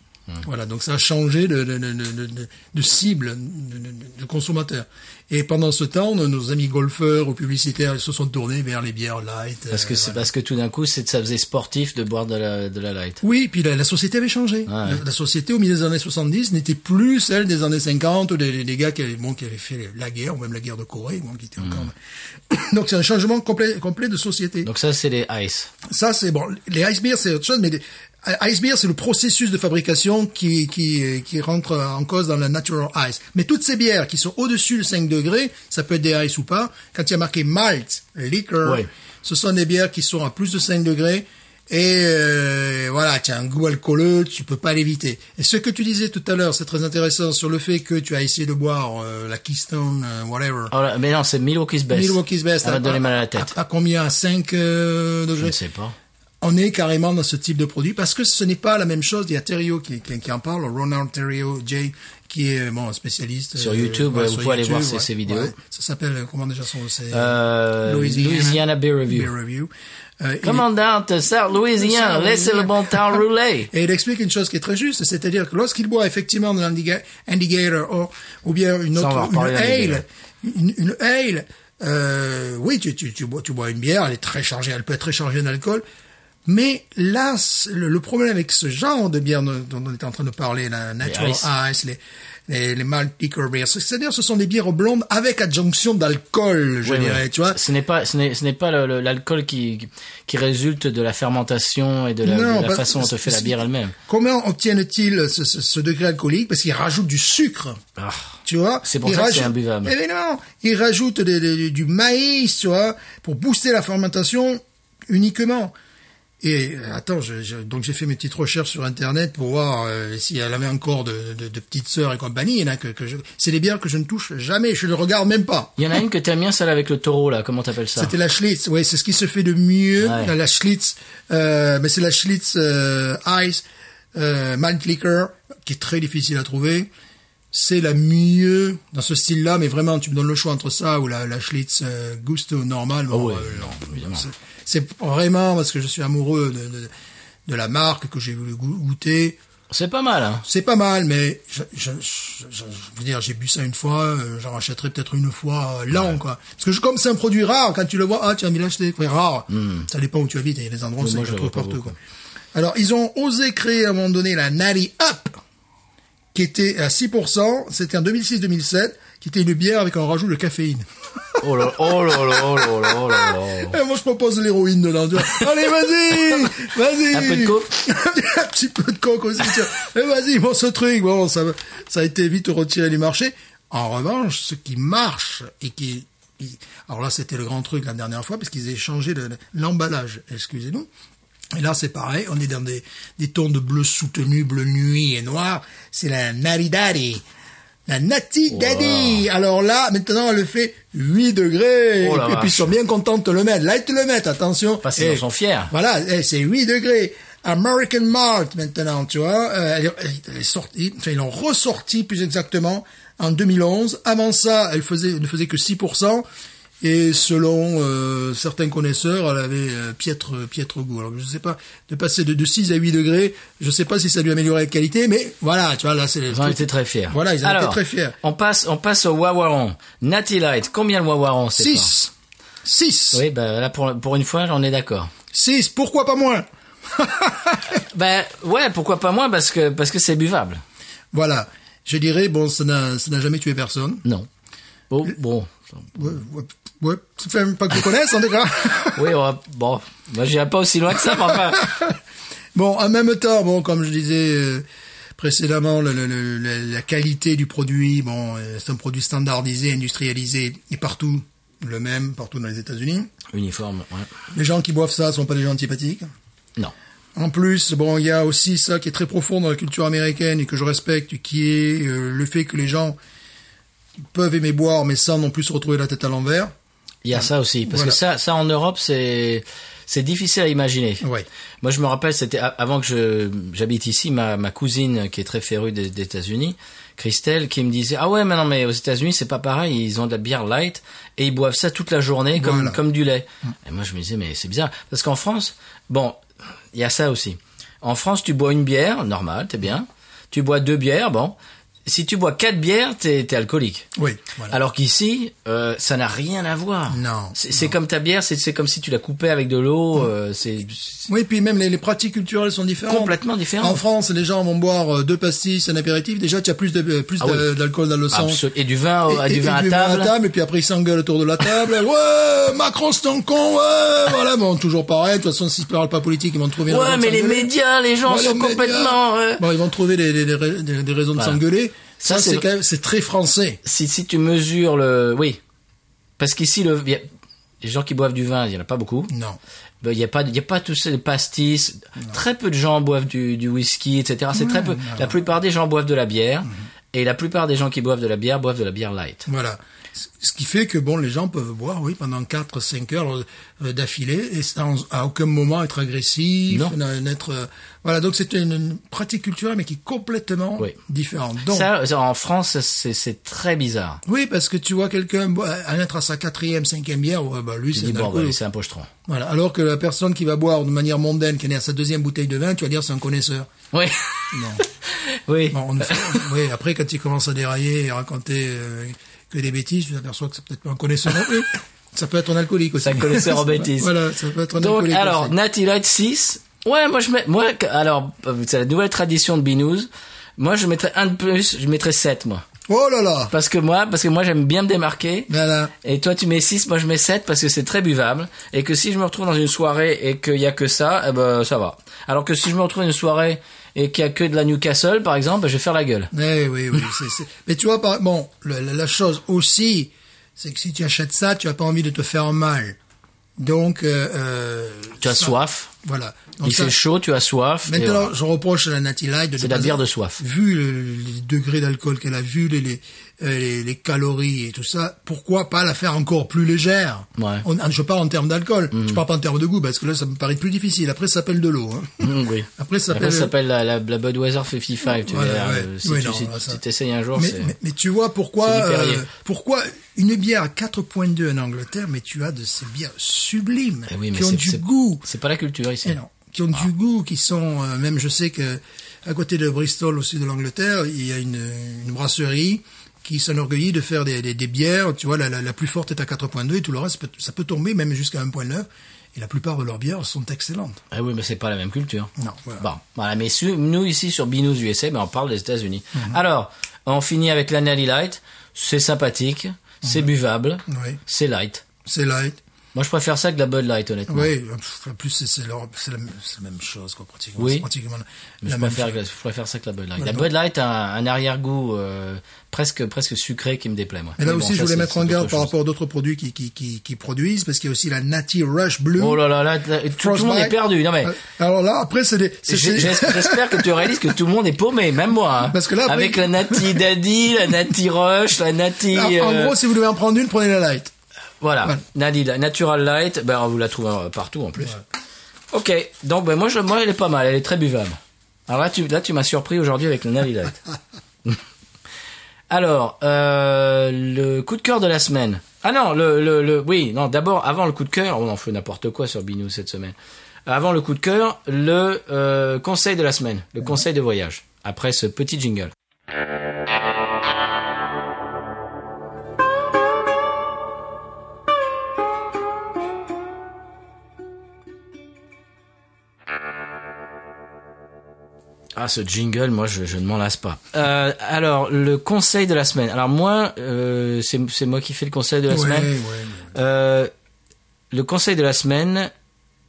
[SPEAKER 2] Voilà, donc ça a changé de, de, de, de, de- de cible de, de- de consommateur. Et pendant ce temps, nos- nos amis golfeurs ou publicitaires ils se sont tournés vers les bières light.
[SPEAKER 1] Parce que
[SPEAKER 2] euh,
[SPEAKER 1] c'est parce que tout d'un coup, c'est ça faisait sportif de boire de la, de la light.
[SPEAKER 2] oui, puis la, la société avait changé. La, la société au milieu des années 70 n'était plus celle des années 50 ou des, des- des gars qui avaient, bon, qui avaient fait la guerre ou même la guerre de Corée, bon, qui était encore.
[SPEAKER 1] Mm.
[SPEAKER 2] [COUGHS] Donc c'est un changement complet, complet de société.
[SPEAKER 1] Donc ça, c'est les ice.
[SPEAKER 2] Ça c'est bon. Les ice beers c'est autre chose, mais les- Ice beer, c'est le processus de fabrication qui, qui, qui rentre en cause dans la natural ice. Mais toutes ces bières qui sont au-dessus de 5 degrés, ça peut être des ice ou pas, quand il y a marqué malt, liquor,
[SPEAKER 1] Ouais.
[SPEAKER 2] ce sont des bières qui sont à plus de 5 degrés. Et euh, voilà, tu as un goût alcooleux, tu peux pas l'éviter. Et ce que tu disais tout à l'heure, c'est très intéressant sur le fait que tu as essayé de boire euh, la Keystone, euh, whatever.
[SPEAKER 1] Oh là, mais non, c'est Milwaukee's Best. Ah,
[SPEAKER 2] Milwaukee's Best.
[SPEAKER 1] Ça va
[SPEAKER 2] à-
[SPEAKER 1] te donner mal à la
[SPEAKER 2] À,
[SPEAKER 1] tête.
[SPEAKER 2] à combien À 5
[SPEAKER 1] Je
[SPEAKER 2] degrés
[SPEAKER 1] ne sais pas.
[SPEAKER 2] on est carrément dans ce type de produit parce que ce n'est pas la même chose. Il y a Terrio qui, qui, qui en parle, Ronald Terrio Jay, qui est euh, bon un spécialiste
[SPEAKER 1] Sur
[SPEAKER 2] euh,
[SPEAKER 1] YouTube,
[SPEAKER 2] voilà,
[SPEAKER 1] vous pouvez aller voir ses-
[SPEAKER 2] ouais,
[SPEAKER 1] ses vidéos.
[SPEAKER 2] ouais. Ça s'appelle euh, comment déjà son c'est
[SPEAKER 1] Euh, Louisiana Beer Review.
[SPEAKER 2] Beer Review. Euh, il-
[SPEAKER 1] Commandante, Sir Louisien, laissez le bon temps [LAUGHS] rouler.
[SPEAKER 2] et il explique une chose qui est très juste, c'est-à-dire que lorsqu'il boit effectivement de l'indiga- indicator or- ou bien une
[SPEAKER 1] Ça, on va
[SPEAKER 2] autre une
[SPEAKER 1] reparler d'indicator.
[SPEAKER 2] ale, une, une ale, euh, oui, tu, tu, tu, bois, tu bois une bière, elle est très chargée, elle peut être très chargée d'alcool. Mais là, c'est- le, le problème avec ce genre de bière dont dont on est en train de parler, la Natural
[SPEAKER 1] ice.
[SPEAKER 2] Ice, les, les, les malt liquor beers, c'est-à-dire ce sont des bières blondes avec adjonction d'alcool, je
[SPEAKER 1] Oui,
[SPEAKER 2] dirais,
[SPEAKER 1] oui.
[SPEAKER 2] tu vois.
[SPEAKER 1] Ce n'est pas, ce n'est, ce n'est pas le- le- l'alcool qui, qui résulte de la fermentation et de la, de la
[SPEAKER 2] parce-
[SPEAKER 1] façon dont on te fait la bière elle-même.
[SPEAKER 2] Comment obtiennent-ils ce, ce- ce degré alcoolique Parce qu'ils rajoutent du sucre.
[SPEAKER 1] Ah.
[SPEAKER 2] Tu vois
[SPEAKER 1] C'est pour
[SPEAKER 2] Ils
[SPEAKER 1] ça que c'est
[SPEAKER 2] rajoutent-
[SPEAKER 1] imbuvable.
[SPEAKER 2] Eh ben non Ils rajoutent des- des- du maïs, tu vois, pour booster la fermentation uniquement. Et euh, attends, je, je- donc j'ai fait mes petites recherches sur Internet pour voir euh, si elle avait encore de, de- de petites sœurs et compagnie. Il y en a que, que je- c'est des bières que je ne touche jamais, je ne regarde même pas.
[SPEAKER 1] Il y en a une que t'aimes bien, celle avec le taureau, là. Comment t'appelles ça?
[SPEAKER 2] C'était la Schlitz, oui, c'est ce qui se fait de mieux,
[SPEAKER 1] Ouais.
[SPEAKER 2] la- la Schlitz, euh, mais c'est la Schlitz euh, Ice euh, Malt Liquor, qui est très difficile à trouver. C'est la mieux dans ce style-là, mais vraiment, tu me donnes le choix entre ça ou la, la Schlitz euh, Gusto normale. Bon,
[SPEAKER 1] Ah Oh,
[SPEAKER 2] euh,
[SPEAKER 1] ouais,
[SPEAKER 2] non, c'est- c'est vraiment parce que je suis amoureux de, de, de la marque que j'ai voulu go- goûter.
[SPEAKER 1] C'est pas mal, hein.
[SPEAKER 2] C'est pas mal, mais je, je, je, je- je veux dire, j'ai bu ça une fois, euh, j'en rachèterai peut-être une fois euh, l'an, quoi. Parce que je, comme c'est un produit rare, quand tu le vois, ah, tu as mis l'acheter, c'est rare. Ça dépend où tu habites, il y a des endroits où
[SPEAKER 1] Mais
[SPEAKER 2] c'est
[SPEAKER 1] Hmm. moi,
[SPEAKER 2] que
[SPEAKER 1] je
[SPEAKER 2] tu trouves
[SPEAKER 1] vois pas
[SPEAKER 2] partout,
[SPEAKER 1] beaucoup.
[SPEAKER 2] quoi. Alors, ils ont osé créer à un moment donné la Natty Up, qui était à 6%, c'était en 2006-2007, qui était une bière avec un rajout de caféine.
[SPEAKER 1] Oh là, oh là là, oh là là, oh là là.
[SPEAKER 2] Eh, moi, je propose l'héroïne dedans. tu vois. Allez, vas-y, vas-y.
[SPEAKER 1] Un peu de coke.
[SPEAKER 2] [LAUGHS] Un petit peu de coke aussi. tiens. Eh, vas-y, bon, ce truc, bon, ça, ça a été vite retiré du marché. En revanche, ce qui marche et qui, qui- alors là, c'était le grand truc la dernière fois parce qu'ils avaient changé le- l'emballage. Excusez-nous. Et là, c'est pareil, on est dans des, des tons de bleu soutenu, bleu nuit et noir. C'est la naridari. La Nati Daddy. Alors là, maintenant, elle le fait 8 degrés.
[SPEAKER 1] Oh la
[SPEAKER 2] et puis,
[SPEAKER 1] vache.
[SPEAKER 2] sont bien contents de te le mettre. Là, ils te le mettent, attention.
[SPEAKER 1] Parce qu'ils en
[SPEAKER 2] Eh,
[SPEAKER 1] sont fiers.
[SPEAKER 2] Voilà, eh, c'est 8 degrés. American Malt maintenant, tu vois. Euh, elle, est- elle est sortie, enfin, ils l'ont ressorti plus exactement en 2011. Avant ça, elle faisait, ne faisait que 6%. Et selon euh, certains connaisseurs, elle avait euh, piètre, piètre goût. Alors je sais pas, de passer de, de 6 à 8 degrés, je sais pas si ça lui améliorait la qualité, mais voilà, tu vois, là c'est...
[SPEAKER 1] Ils en étaient très fiers.
[SPEAKER 2] Voilà, ils en
[SPEAKER 1] Alors,
[SPEAKER 2] étaient très fiers.
[SPEAKER 1] On passe, on passe au Wawaron. Natty Light. Combien le Wawaron, c'est pas
[SPEAKER 2] 6 6
[SPEAKER 1] Oui, bah, là, pour, pour une fois, j'en ai d'accord.
[SPEAKER 2] 6 Pourquoi pas moins
[SPEAKER 1] Ben, ouais, pourquoi pas moi, parce que, parce que c'est buvable.
[SPEAKER 2] Voilà. Je dirais, bon, ça n'a ça n'a jamais tué personne.
[SPEAKER 1] Non. Oh, bon.
[SPEAKER 2] Ouais, ouais, ouais. Ça fait même pas que je connaisse, en tout cas. [LAUGHS]
[SPEAKER 1] Oui, on va- bon. Moi, j'irai pas aussi loin que ça, mais
[SPEAKER 2] [LAUGHS]
[SPEAKER 1] enfin.
[SPEAKER 2] Bon, en même temps, bon, comme je disais euh, précédemment, le- le- le- le- la qualité du produit, bon, euh, c'est un produit standardisé, industrialisé, et partout le même, partout dans les États-Unis.
[SPEAKER 1] Uniforme, ouais.
[SPEAKER 2] Les gens qui boivent ça sont pas des gens antipathiques.
[SPEAKER 1] Non.
[SPEAKER 2] En plus, bon, il y a aussi ça qui est très profond dans la culture américaine et que je respecte, qui est euh, le fait que les gens peuvent aimer boire, mais sans non plus se retrouver la tête à l'envers.
[SPEAKER 1] Il y a ça aussi. Parce
[SPEAKER 2] Voilà.
[SPEAKER 1] que ça, ça, en Europe, c'est, c'est difficile à imaginer.
[SPEAKER 2] Ouais.
[SPEAKER 1] Moi, je me rappelle, c'était a- avant que je, j'habite ici, ma, ma cousine, qui est très férue des, des États-Unis, Christelle, qui me disait, ah ouais, mais non, mais aux États-Unis, c'est pas pareil, ils ont de la bière light, et ils boivent ça toute la journée, comme,
[SPEAKER 2] Voilà. Mm.
[SPEAKER 1] comme du lait. Et moi, je me disais, mais c'est bizarre. Parce qu'en France, bon, il y a ça aussi. En France, tu bois une bière, normal, t'es bien. Tu bois deux bières, bon. si tu bois quatre bières, t'es es alcoolique.
[SPEAKER 2] Oui, voilà.
[SPEAKER 1] Alors qu'ici, euh, ça n'a rien à voir.
[SPEAKER 2] Non, Mm.
[SPEAKER 1] C'est c'est comme ta bière, c'est c'est comme si tu la coupais avec de l'eau. euh, c'est c'est
[SPEAKER 2] oui, puis même les, les pratiques culturelles sont différentes.
[SPEAKER 1] complètement différent.
[SPEAKER 2] En France, les gens vont boire euh, deux pastilles, c'est un apéritif. Déjà, tu as plus de euh, plus
[SPEAKER 1] Ah oui.
[SPEAKER 2] de- d'alcool dans le sang.
[SPEAKER 1] Absol- Et du vin, au- à
[SPEAKER 2] Et-
[SPEAKER 1] du
[SPEAKER 2] et-
[SPEAKER 1] vin
[SPEAKER 2] et
[SPEAKER 1] à
[SPEAKER 2] du
[SPEAKER 1] table.
[SPEAKER 2] et puis après ils s'engueulent autour de
[SPEAKER 1] [LAUGHS]
[SPEAKER 2] la table. ouais, Macron c'est un con, ouais, voilà, bon, toujours pareil. De toute façon, s'ils parlent pas politique, ils vont trouver. une
[SPEAKER 1] Ouais,
[SPEAKER 2] raison de
[SPEAKER 1] mais les
[SPEAKER 2] s'engueuler.
[SPEAKER 1] médias, les gens
[SPEAKER 2] Ouais, les
[SPEAKER 1] sont
[SPEAKER 2] médias.
[SPEAKER 1] complètement. euh,
[SPEAKER 2] Bon, ils vont trouver des, des- des rais- des- des raisons
[SPEAKER 1] Voilà.
[SPEAKER 2] de s'engueuler.
[SPEAKER 1] Ça,
[SPEAKER 2] Ça,
[SPEAKER 1] c'est
[SPEAKER 2] c'est
[SPEAKER 1] vrai.
[SPEAKER 2] quand même, c'est très français.
[SPEAKER 1] si, si tu mesures le, oui, parce qu'ici le, y a- les gens qui boivent du vin, il y en a pas beaucoup.
[SPEAKER 2] Non.
[SPEAKER 1] Ben, Il y a pas, il y a pas tous ces pastis. Très peu de gens boivent du, du whisky, etc. C'est très peu. La plupart des gens boivent de la bière. Et la plupart des gens qui boivent de la bière boivent de la bière light.
[SPEAKER 2] Voilà. Ce- Ce qui fait que bon, les gens peuvent boire, oui, pendant 4 cinq heures euh, d'affilée et sans à aucun moment être agressif,
[SPEAKER 1] Non.
[SPEAKER 2] n'a- n'être euh, voilà. Donc c'est une, une pratique culturelle mais qui est complètement
[SPEAKER 1] Oui.
[SPEAKER 2] différente. Donc
[SPEAKER 1] Ça, ça, en France, c'est c'est très bizarre.
[SPEAKER 2] oui, parce que tu vois quelqu'un bo- en être à sa quatrième, cinquième bière, ouais, bah lui
[SPEAKER 1] Tu
[SPEAKER 2] c'est
[SPEAKER 1] dis
[SPEAKER 2] un
[SPEAKER 1] bon,
[SPEAKER 2] alcoolo.
[SPEAKER 1] ben, c'est un pochetron.
[SPEAKER 2] Voilà. Alors que la personne qui va boire de manière mondaine, qui est née à sa deuxième bouteille de vin, tu vas dire c'est un connaisseur.
[SPEAKER 1] Oui.
[SPEAKER 2] Non.
[SPEAKER 1] [LAUGHS] oui.
[SPEAKER 2] Bon, on- oui, après, quand il commence à dérailler et raconter euh, que des bêtises, je m'aperçois que c'est peut-être pas un connaisseur non plus. Ça peut être un alcoolique aussi.
[SPEAKER 1] C'est un connaisseur en bêtises.
[SPEAKER 2] Voilà, ça peut être un
[SPEAKER 1] Donc,
[SPEAKER 2] alcoolique
[SPEAKER 1] alors,
[SPEAKER 2] aussi.
[SPEAKER 1] Natty Light 6. Ouais, moi, je mets, moi, que- alors, euh, c'est la nouvelle tradition de Binous. Moi, je mettrais un de plus, je mettrais 7, moi.
[SPEAKER 2] Oh là là Ben
[SPEAKER 1] Parce que moi, parce que moi, j'aime bien me démarquer.
[SPEAKER 2] Voilà.
[SPEAKER 1] Et toi, tu mets 6, moi, je mets 7 parce que c'est très buvable. Et que si je me retrouve dans une soirée et qu'il y a que ça, eh ben, ça va. Alors que si je me retrouve dans une soirée et qu'il y a que de la Newcastle, par exemple, ben, je vais faire la gueule.
[SPEAKER 2] Eh oui, oui. c'est- c'est- Mais tu vois, par... bon, le- la, la chose aussi, c'est que si tu achètes ça, tu as pas envie de te faire mal. Donc, euh, euh,
[SPEAKER 1] Tu as
[SPEAKER 2] ça-
[SPEAKER 1] soif.
[SPEAKER 2] Voilà. Donc
[SPEAKER 1] Il
[SPEAKER 2] ça-
[SPEAKER 1] fait chaud, tu as soif. et
[SPEAKER 2] Maintenant,
[SPEAKER 1] voilà.
[SPEAKER 2] je reproche à la Natty Light de
[SPEAKER 1] C'est de la bière de
[SPEAKER 2] [LAUGHS]
[SPEAKER 1] soif.
[SPEAKER 2] Vu le, les degrés d'alcool qu'elle a, vu les, les, euh, les, les calories et tout ça, pourquoi pas la faire encore plus légère
[SPEAKER 1] Ouais. Mhm.
[SPEAKER 2] On- Je parle en termes d'alcool, je parle pas en termes de goût, parce que là, ça me paraît plus difficile. Après, ça s'appelle de l'eau. hein.
[SPEAKER 1] [LAUGHS] Mmh, oui.
[SPEAKER 2] Après, ça
[SPEAKER 1] Après,
[SPEAKER 2] s'appelle...
[SPEAKER 1] ça s'appelle la, la, la Budweiser 55. Tu
[SPEAKER 2] Voilà,
[SPEAKER 1] verras,
[SPEAKER 2] ouais.
[SPEAKER 1] euh, Si
[SPEAKER 2] Oui,
[SPEAKER 1] tu
[SPEAKER 2] non,
[SPEAKER 1] si-
[SPEAKER 2] là, ça-
[SPEAKER 1] si t'essayes un jour,
[SPEAKER 2] mais,
[SPEAKER 1] c'est...
[SPEAKER 2] mais- mais tu vois pourquoi
[SPEAKER 1] c'est du Perrier.
[SPEAKER 2] euh, pourquoi une bière à 4.2 en Angleterre, mais tu as de ces bières sublimes
[SPEAKER 1] Eh oui, mais
[SPEAKER 2] qui ont
[SPEAKER 1] c'est-
[SPEAKER 2] du
[SPEAKER 1] c'est-
[SPEAKER 2] goût.
[SPEAKER 1] C'est pas la culture ici.
[SPEAKER 2] Eh non, qui ont du goût, qui sont euh, même je sais que à côté de Bristol au sud de l'Angleterre, il y a une, une brasserie qui s'enorgueillit de faire des, des, des bières, tu vois la, la, la plus forte est à 4.2 et tout le reste peut- ça peut tomber même jusqu'à 1.9 et la plupart de leurs bières sont excellentes.
[SPEAKER 1] Ah oui, mais c'est pas la même culture.
[SPEAKER 2] Non, voilà.
[SPEAKER 1] Bon, voilà, mais su- nous ici sur Binous USA, ben, on parle des États-Unis.
[SPEAKER 2] Mhm.
[SPEAKER 1] Alors, on finit avec la Nelly Light. C'est sympathique, c'est buvable,
[SPEAKER 2] Oui.
[SPEAKER 1] c'est light.
[SPEAKER 2] C'est light.
[SPEAKER 1] Moi, je préfère ça que la Bud Light, honnêtement.
[SPEAKER 2] Oui, pff, en plus c'est c'est leur- c'est la, c'est la même chose quoi pratiquement,
[SPEAKER 1] Oui.
[SPEAKER 2] C'est pratiquement la-
[SPEAKER 1] Mais
[SPEAKER 2] la
[SPEAKER 1] je,
[SPEAKER 2] même
[SPEAKER 1] préfère,
[SPEAKER 2] chose.
[SPEAKER 1] je préfère ça que la Bud Light.
[SPEAKER 2] Ouais,
[SPEAKER 1] la
[SPEAKER 2] non.
[SPEAKER 1] Bud Light a un, un arrière-goût euh, presque presque sucré qui me déplaît, moi.
[SPEAKER 2] Mais là
[SPEAKER 1] bon,
[SPEAKER 2] aussi,
[SPEAKER 1] ça,
[SPEAKER 2] je voulais
[SPEAKER 1] c'est-
[SPEAKER 2] mettre
[SPEAKER 1] c'est
[SPEAKER 2] en garde
[SPEAKER 1] autre
[SPEAKER 2] par
[SPEAKER 1] chose.
[SPEAKER 2] rapport à d'autres produits qui, qui, qui, qui produisent, parce qu'il y a aussi la Natty Rush Blue.
[SPEAKER 1] Oh là là, là, là, tout, tout le monde est
[SPEAKER 2] Frostbite.
[SPEAKER 1] perdu. Non mais,
[SPEAKER 2] Euh, Alors là, après, c'est des... c'est-
[SPEAKER 1] J'ai-
[SPEAKER 2] c'est-
[SPEAKER 1] j'es- J'espère que tu réalises que tout le monde est paumé, même moi. hein.
[SPEAKER 2] Parce que là, après-
[SPEAKER 1] avec la Nati Daddy, la Nati Rush, la Nati,
[SPEAKER 2] Alors, en
[SPEAKER 1] euh,
[SPEAKER 2] gros, si vous devez en prendre une, prenez la light.
[SPEAKER 1] voilà,
[SPEAKER 2] voilà.
[SPEAKER 1] Nadi, la Natural Light, ben vous la trouvez euh, partout en plus. Ok, donc ben moi je, moi elle est pas mal, elle est très buvable. Alors là tu, là tu m'as surpris aujourd'hui avec la Nadi Light. Alors euh, le coup de cœur de la semaine. Ah non, le, le, le oui, non d'abord avant le coup de cœur, on en fait n'importe quoi sur Binou cette semaine. Avant le coup de cœur, le euh, conseil de la semaine, le conseil de voyage. Après ce petit jingle. Ah, ce jingle, moi, je, je ne m'en lasse pas. Euh, alors, le conseil de la semaine. Alors, moi, euh, c'est c'est moi qui fais le conseil de la
[SPEAKER 2] Ouais,
[SPEAKER 1] semaine.
[SPEAKER 2] ouais, ouais.
[SPEAKER 1] Euh, le conseil de la semaine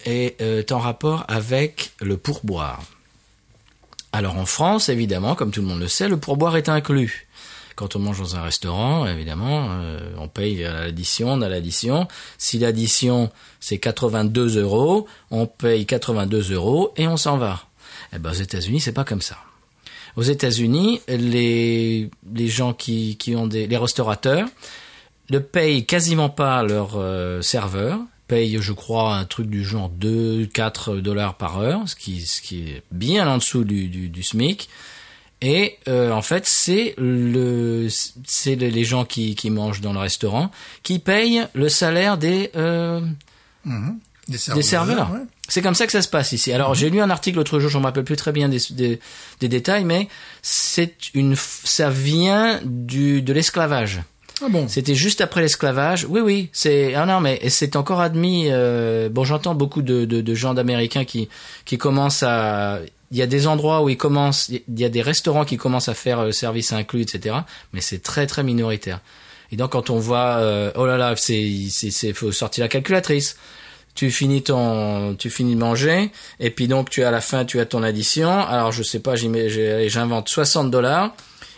[SPEAKER 1] est euh, en rapport avec le pourboire. Alors en France, évidemment, comme tout le monde le sait, le pourboire est inclus. Quand on mange dans un restaurant, évidemment, euh, on paye à l'addition, on a l'addition. Si l'addition, c'est 82 euros, on paye 82 euros et on s'en va. Eh ben, aux États-Unis, c'est pas comme ça. Aux États-Unis, les, les gens qui, qui ont des, les restaurateurs, ne payent quasiment pas leur euh, serveur, payent, je crois, un truc du genre 2-4 dollars par heure, ce qui, ce qui est bien en dessous du, du, du SMIC. Et euh, en fait, c'est le, c'est le- les gens qui, qui mangent dans le restaurant qui payent le salaire des euh,
[SPEAKER 2] Mhm. Des serveurs.
[SPEAKER 1] des serveurs.
[SPEAKER 2] ouais.
[SPEAKER 1] C'est comme ça que ça se passe ici. Alors j'ai lu un article l'autre jour, je ne me rappelle plus très bien des, des, des détails, mais c'est une, f- ça vient du de l'esclavage.
[SPEAKER 2] Ah bon
[SPEAKER 1] C'était juste après l'esclavage. Oui, oui, c'est ah non, mais c'est encore admis. euh, bon, j'entends beaucoup de, de, de gens d'Américains qui qui commencent à. Il y a des endroits où ils commencent, il y a des restaurants qui commencent à faire euh, service inclus, etc. Mais c'est très très minoritaire. Et donc quand on voit, euh, oh là là, c'est c'est c'est faut sortir la calculatrice. Tu finis ton, tu finis de manger, et puis donc tu as à la fin, tu as ton addition. Alors je sais pas, j'y mets- j'ai- allez, j'invente 60 dollars,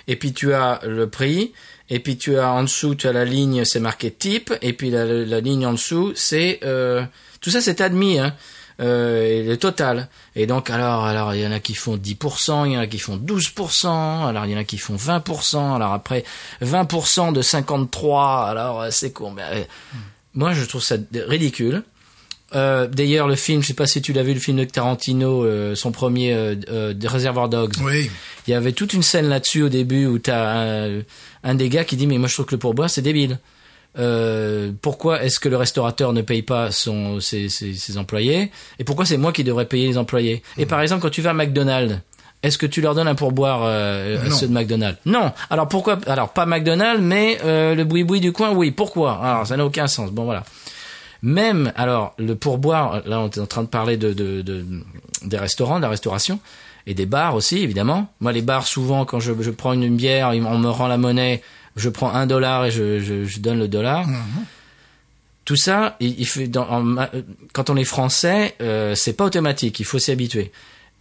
[SPEAKER 1] et puis tu as le prix, et puis tu as en dessous, tu as la ligne, c'est marqué type, et puis la, la ligne en dessous, c'est euh, tout ça, c'est admis, hein, euh, et le total. Et donc alors, alors il y en a qui font 10%, il y en a qui font 12%, alors il y en a qui font 20%, alors après 20% de 53, alors euh, c'est combien Euh, Moi, je trouve ça ridicule. Euh, D'ailleurs, le film, je sais pas si tu l'as vu, le film de Tarantino, euh, son premier euh, euh, de Reservoir Dogs.
[SPEAKER 2] Oui.
[SPEAKER 1] Il y avait toute une scène là-dessus au début où t'as un, un des gars qui dit mais moi je trouve que le pourboire c'est débile. Euh, pourquoi est-ce que le restaurateur ne paye pas son, ses, ses, ses employés et pourquoi c'est moi qui devrais payer les employés Et par exemple quand tu vas à McDonald's, est-ce que tu leur donnes un pourboire euh, à
[SPEAKER 2] Non.
[SPEAKER 1] ceux de McDonald's Non. Alors pourquoi Alors pas McDonald's mais euh, le boui-boui du coin, oui. Pourquoi Alors ça n'a aucun sens. Bon voilà. Même alors le pourboire, là on est en train de parler de, de, de des restaurants, de la restauration et des bars aussi évidemment. Moi les bars souvent quand je, je prends une bière, ils- on me rend la monnaie, je prends un dollar et je, je, je donne le dollar. Tout ça, il, il fait dans, en ma- euh, quand on est français, euh, c'est pas automatique, il faut s'y habituer.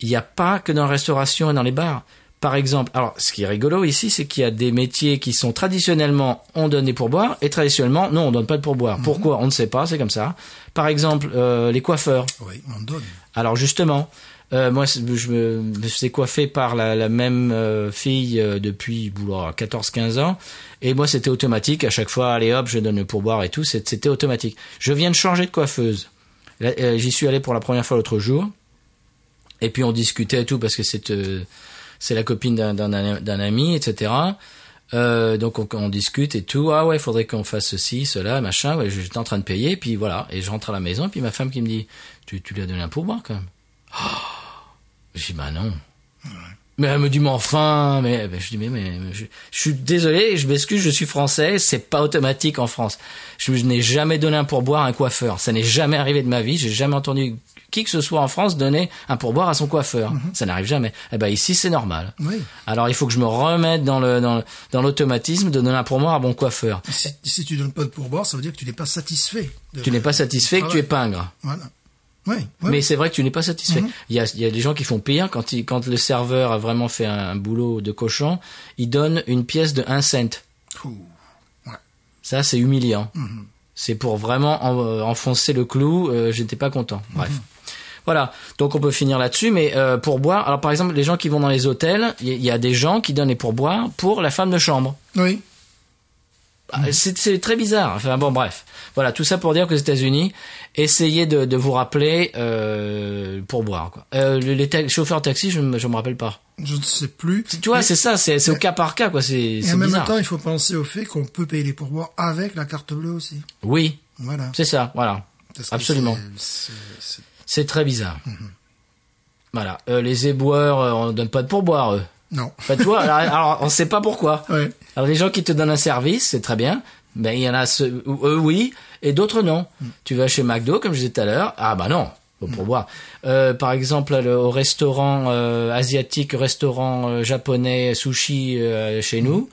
[SPEAKER 1] Il n'y a pas que dans la restauration et dans les bars. Par exemple, alors ce qui est rigolo ici, c'est qu'il y a des métiers qui sont traditionnellement on donne des pourboires et traditionnellement non on donne pas de pourboire. Pourquoi On ne sait pas, c'est comme ça. Par exemple, euh, les coiffeurs.
[SPEAKER 2] Oui, on donne.
[SPEAKER 1] Alors justement, euh, moi c'est- je me, je me suis coiffé par la, la même euh, fille euh, depuis 14-15 ans et moi c'était automatique à chaque fois allez hop je donne le pourboire et tout c'est- c'était automatique. Je viens de changer de coiffeuse. Là, euh, J'y suis allé pour la première fois l'autre jour et puis on discutait et tout parce que c'est euh, c'est la copine d'un- d'un d'un ami etc. Euh, donc on, on discute et tout. Ah ouais, faudrait qu'on fasse ceci, cela, machin. Ouais, j'étais en train de payer, puis voilà. Et je rentre à la maison, puis ma femme qui me dit, tu, tu lui as donné un pourboire quand même. Je dis bah non. Mais elle me dit mais enfin, mais ben, je dis mais, mais, mais je, je suis désolé, je m'excuse, je suis français, c'est pas automatique en France. Je, je n'ai jamais donné un pourboire à un coiffeur, ça n'est jamais arrivé de ma vie, j'ai jamais entendu qui que ce soit en France donner un pourboire à son coiffeur, ça n'arrive jamais. Eh ben ici c'est normal.
[SPEAKER 2] Oui.
[SPEAKER 1] Alors il faut que je me remette dans le dans, le- dans l'automatisme de donner un pourboire à mon coiffeur.
[SPEAKER 2] Si, si tu donnes pas de pourboire, ça veut dire que tu n'es pas satisfait. de-
[SPEAKER 1] Tu n'es pas satisfait, que tu es pingre.
[SPEAKER 2] Voilà. Oui. oui.
[SPEAKER 1] Mais c'est vrai que tu n'es pas satisfait. Il y a, il y a des gens qui font pire quand ils, quand le serveur a vraiment fait un, un boulot de cochon, il donne une pièce de 1 cent.
[SPEAKER 2] Ouh. Ouais.
[SPEAKER 1] Ça, c'est humiliant. C'est pour vraiment en- euh, enfoncer le clou. euh, J'étais pas content. Bref. Voilà. Donc on peut finir là-dessus. Mais euh, pour boire, alors par exemple, les gens qui vont dans les hôtels, il y, il y a des gens qui donnent les pourboires pour la femme de chambre.
[SPEAKER 2] Oui.
[SPEAKER 1] Ah, C'est c'est très bizarre. Enfin bon, bref. Voilà, tout ça pour dire que aux États-Unis, essayez de, de vous rappeler euh, pour boire. Quoi. Euh, les ta- chauffeurs taxi, je me, je me rappelle pas.
[SPEAKER 2] Je ne sais plus.
[SPEAKER 1] Tu vois, c'est ça, c'est c'est au cas par cas, quoi. C'est
[SPEAKER 2] Et
[SPEAKER 1] c'est
[SPEAKER 2] en même
[SPEAKER 1] bizarre.
[SPEAKER 2] temps, il faut penser au fait qu'on peut payer les pourboires avec la carte bleue aussi.
[SPEAKER 1] Oui,
[SPEAKER 2] Voilà.
[SPEAKER 1] c'est ça. Voilà,
[SPEAKER 2] Parce que
[SPEAKER 1] absolument.
[SPEAKER 2] c'est- c'est- c'est-
[SPEAKER 1] C'est très bizarre.
[SPEAKER 2] Mhm.
[SPEAKER 1] Voilà, Euh, les éboueurs, euh, on donne pas de pourboire. Eux.
[SPEAKER 2] Non.
[SPEAKER 1] Enfin, tu
[SPEAKER 2] [LAUGHS]
[SPEAKER 1] vois, alors, alors, on sait pas pourquoi.
[SPEAKER 2] Ouais.
[SPEAKER 1] Alors les gens qui te donnent un service, c'est très bien, mais il y en a ceux, où eux oui et d'autres non. Tu vas chez McDo comme je disais tout à l'heure, ah bah non, faut pour boire. Euh, par exemple là, le- au restaurant euh, asiatique, restaurant euh, japonais, sushi euh, chez nous,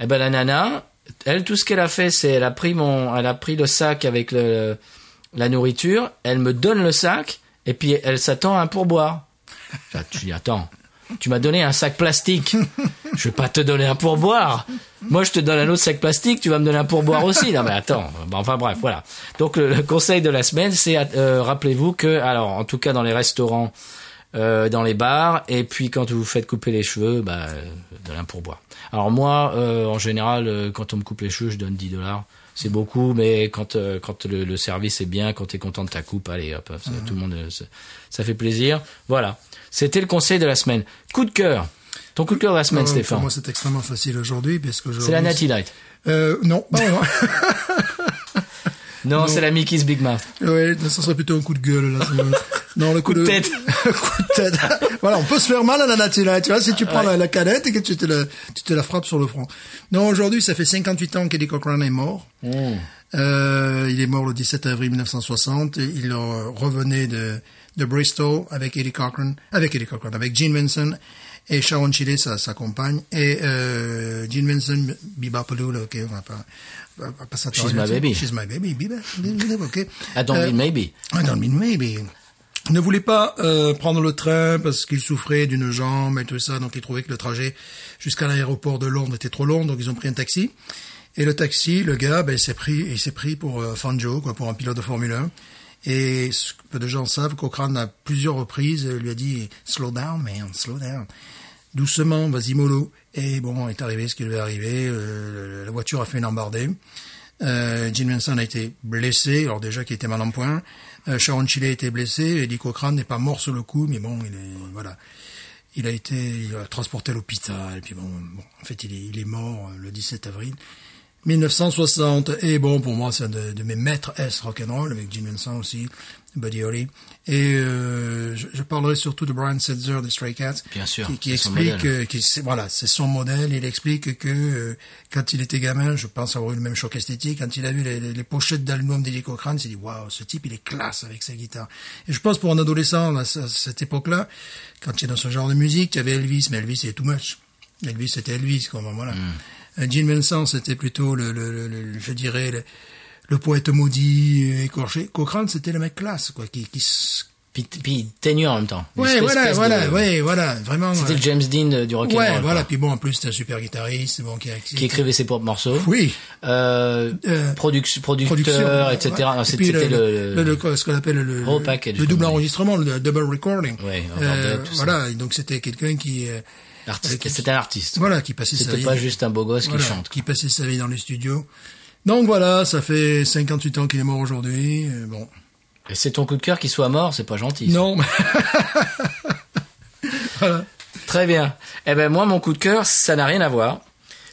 [SPEAKER 1] eh ben la nana, elle tout ce qu'elle a fait c'est elle a pris mon, elle a pris le sac avec le, la nourriture, elle me donne le sac et puis elle s'attend à un pourboire. [LAUGHS] Ah, tu dis, attends, tu m'as donné un sac plastique. Je vais pas te donner un pourboire. Moi, je te donne un autre sac plastique, tu vas me donner un pourboire aussi. Non, mais attends. Bon, Enfin, bref, voilà. Donc, le, le conseil de la semaine, c'est, euh, rappelez-vous que, alors, en tout cas, dans les restaurants, euh, dans les bars, et puis quand vous vous faites couper les cheveux, bah, euh, donnez un pourboire. Alors, moi, euh, en général, euh, quand on me coupe les cheveux, je donne 10 dollars. C'est beaucoup, mais quand euh, quand le, le service est bien, quand t'es content de ta coupe, allez, hop, hop, ça- tout le monde, euh, ça, ça fait plaisir. Voilà, c'était le conseil de la semaine. Coup de cœur, ton coup de cœur de la semaine,
[SPEAKER 2] Euh, Pour
[SPEAKER 1] Stéphane.
[SPEAKER 2] moi, c'est extrêmement facile aujourd'hui, euh, parce que
[SPEAKER 1] C'est la Natty Light.
[SPEAKER 2] Euh, non. Pardon.
[SPEAKER 1] Non, c'est la Mickey's Big Mouth.
[SPEAKER 2] Ouais, ça serait plutôt un coup de gueule,
[SPEAKER 1] [LAUGHS]
[SPEAKER 2] là. non, le coup,
[SPEAKER 1] Coup de tête.
[SPEAKER 2] Le [LAUGHS] coup de tête. voilà, on peut se faire mal à la nature, hein, tu vois, si tu prends la, la canette et que tu te la, tu te la frappes sur le front. Non, aujourd'hui, ça fait 58 ans qu'Eddie Cochran est mort.
[SPEAKER 1] Hmm.
[SPEAKER 2] Euh, il est mort le 17 avril 1960. Et il euh, revenait de, de Bristol avec Eddie Cochran, avec Eddie Cochran, avec Gene Vincent et Sharon Chile, sa, sa compagne, et euh, Gene Vincent, Biba Palula, ok, on va pas, on va pas s'attarder
[SPEAKER 1] She's my
[SPEAKER 2] là-dessus.
[SPEAKER 1] baby.
[SPEAKER 2] She's my baby, Biba, ok.
[SPEAKER 1] I don't
[SPEAKER 2] Euh,
[SPEAKER 1] mean maybe.
[SPEAKER 2] I don't mean maybe. Il ne voulait pas euh, prendre le train parce qu'il souffrait d'une jambe et tout ça, donc il trouvait que le trajet jusqu'à l'aéroport de Londres était trop long, donc ils ont pris un taxi. Et le taxi, le gars, ben, il s'est pris, il s'est pris pour euh, Fangio, quoi, pour un pilote de Formule 1. Et ce que peu de gens savent, Cochrane à plusieurs reprises euh, lui a dit slow down, man, slow down, doucement, vas-y mollo. Et bon, est arrivé ce qui lui est arrivé. euh, la voiture a fait une embardée. Euh, Gene Vincent a été blessé, alors déjà qu'il était mal en point. Euh, Sharon Chile a été blessé. Eddie Cochrane n'est pas mort sur le coup, mais bon, il est voilà. Il a été il a transporté à l'hôpital. Puis bon, bon, en fait, il est, il est mort euh, le 17 avril 1960. Et bon, pour moi, c'est un de, de mes maîtres S rock'n'roll avec Gene Vincent aussi, Buddy Holly. Et euh, je, je parlerai surtout de Brian Setzer des Stray Cats,
[SPEAKER 1] Bien sûr,
[SPEAKER 2] qui, qui
[SPEAKER 1] c'est son
[SPEAKER 2] explique
[SPEAKER 1] modèle.
[SPEAKER 2] euh, qui- c'est- voilà, c'est son modèle. Il explique que euh, quand il était gamin, je pense avoir eu le même choc esthétique. Quand il a vu les, les- les pochettes d'albums d'Eddie Cochrane, il s'est dit waouh, ce type, il est classe avec sa guitare. Et je pense pour un adolescent à ce- à cette époque-là, quand tu es dans ce genre de musique, tu avais Elvis, mais Elvis c'est too much. Elvis c'était Elvis quoi, voilà.
[SPEAKER 1] Mm.
[SPEAKER 2] Euh, Gene Vincent c'était plutôt le, le- le- le- je dirais le, le poète maudit euh, écorché. Cochrane c'était le mec classe quoi, qui, qui s-
[SPEAKER 1] Puis, puis ténure en même temps. Une
[SPEAKER 2] Ouais,
[SPEAKER 1] espèce-
[SPEAKER 2] voilà,
[SPEAKER 1] espèce
[SPEAKER 2] voilà,
[SPEAKER 1] de-
[SPEAKER 2] ouais, voilà, vraiment.
[SPEAKER 1] C'était
[SPEAKER 2] euh,
[SPEAKER 1] le James Dean euh, du rock
[SPEAKER 2] Ouais, voilà. Puis bon, en plus, c'est un super guitariste, bon, qui, a-
[SPEAKER 1] Qui écrivait ses propres morceaux.
[SPEAKER 2] Oui.
[SPEAKER 1] Euh,
[SPEAKER 2] Euh,
[SPEAKER 1] produc-
[SPEAKER 2] Production,
[SPEAKER 1] producteur, etc.
[SPEAKER 2] ouais.
[SPEAKER 1] Non,
[SPEAKER 2] Et
[SPEAKER 1] C'était
[SPEAKER 2] puis
[SPEAKER 1] c'était
[SPEAKER 2] le,
[SPEAKER 1] le,
[SPEAKER 2] le, le- ce qu'on appelle le,
[SPEAKER 1] Raw
[SPEAKER 2] le-
[SPEAKER 1] package,
[SPEAKER 2] le double
[SPEAKER 1] comme on dit.
[SPEAKER 2] enregistrement, le double recording.
[SPEAKER 1] Ouais, un
[SPEAKER 2] Euh,
[SPEAKER 1] bordel, tout ça.
[SPEAKER 2] voilà. Et donc c'était quelqu'un qui, euh,
[SPEAKER 1] l'artiste.
[SPEAKER 2] euh, qui-
[SPEAKER 1] C'était un artiste.
[SPEAKER 2] voilà, qui passait sa
[SPEAKER 1] C'était
[SPEAKER 2] vie.
[SPEAKER 1] pas juste un beau gosse
[SPEAKER 2] voilà,
[SPEAKER 1] qui chante.
[SPEAKER 2] Qui passait sa vie dans les studios. Donc voilà, ça fait 58 ans qu'il est mort aujourd'hui. euh, Bon.
[SPEAKER 1] Et c'est ton coup de cœur qu'il soit mort, c'est pas gentil. ça.
[SPEAKER 2] Non.
[SPEAKER 1] Très bien. Eh ben moi, mon coup de cœur, ça n'a rien à voir.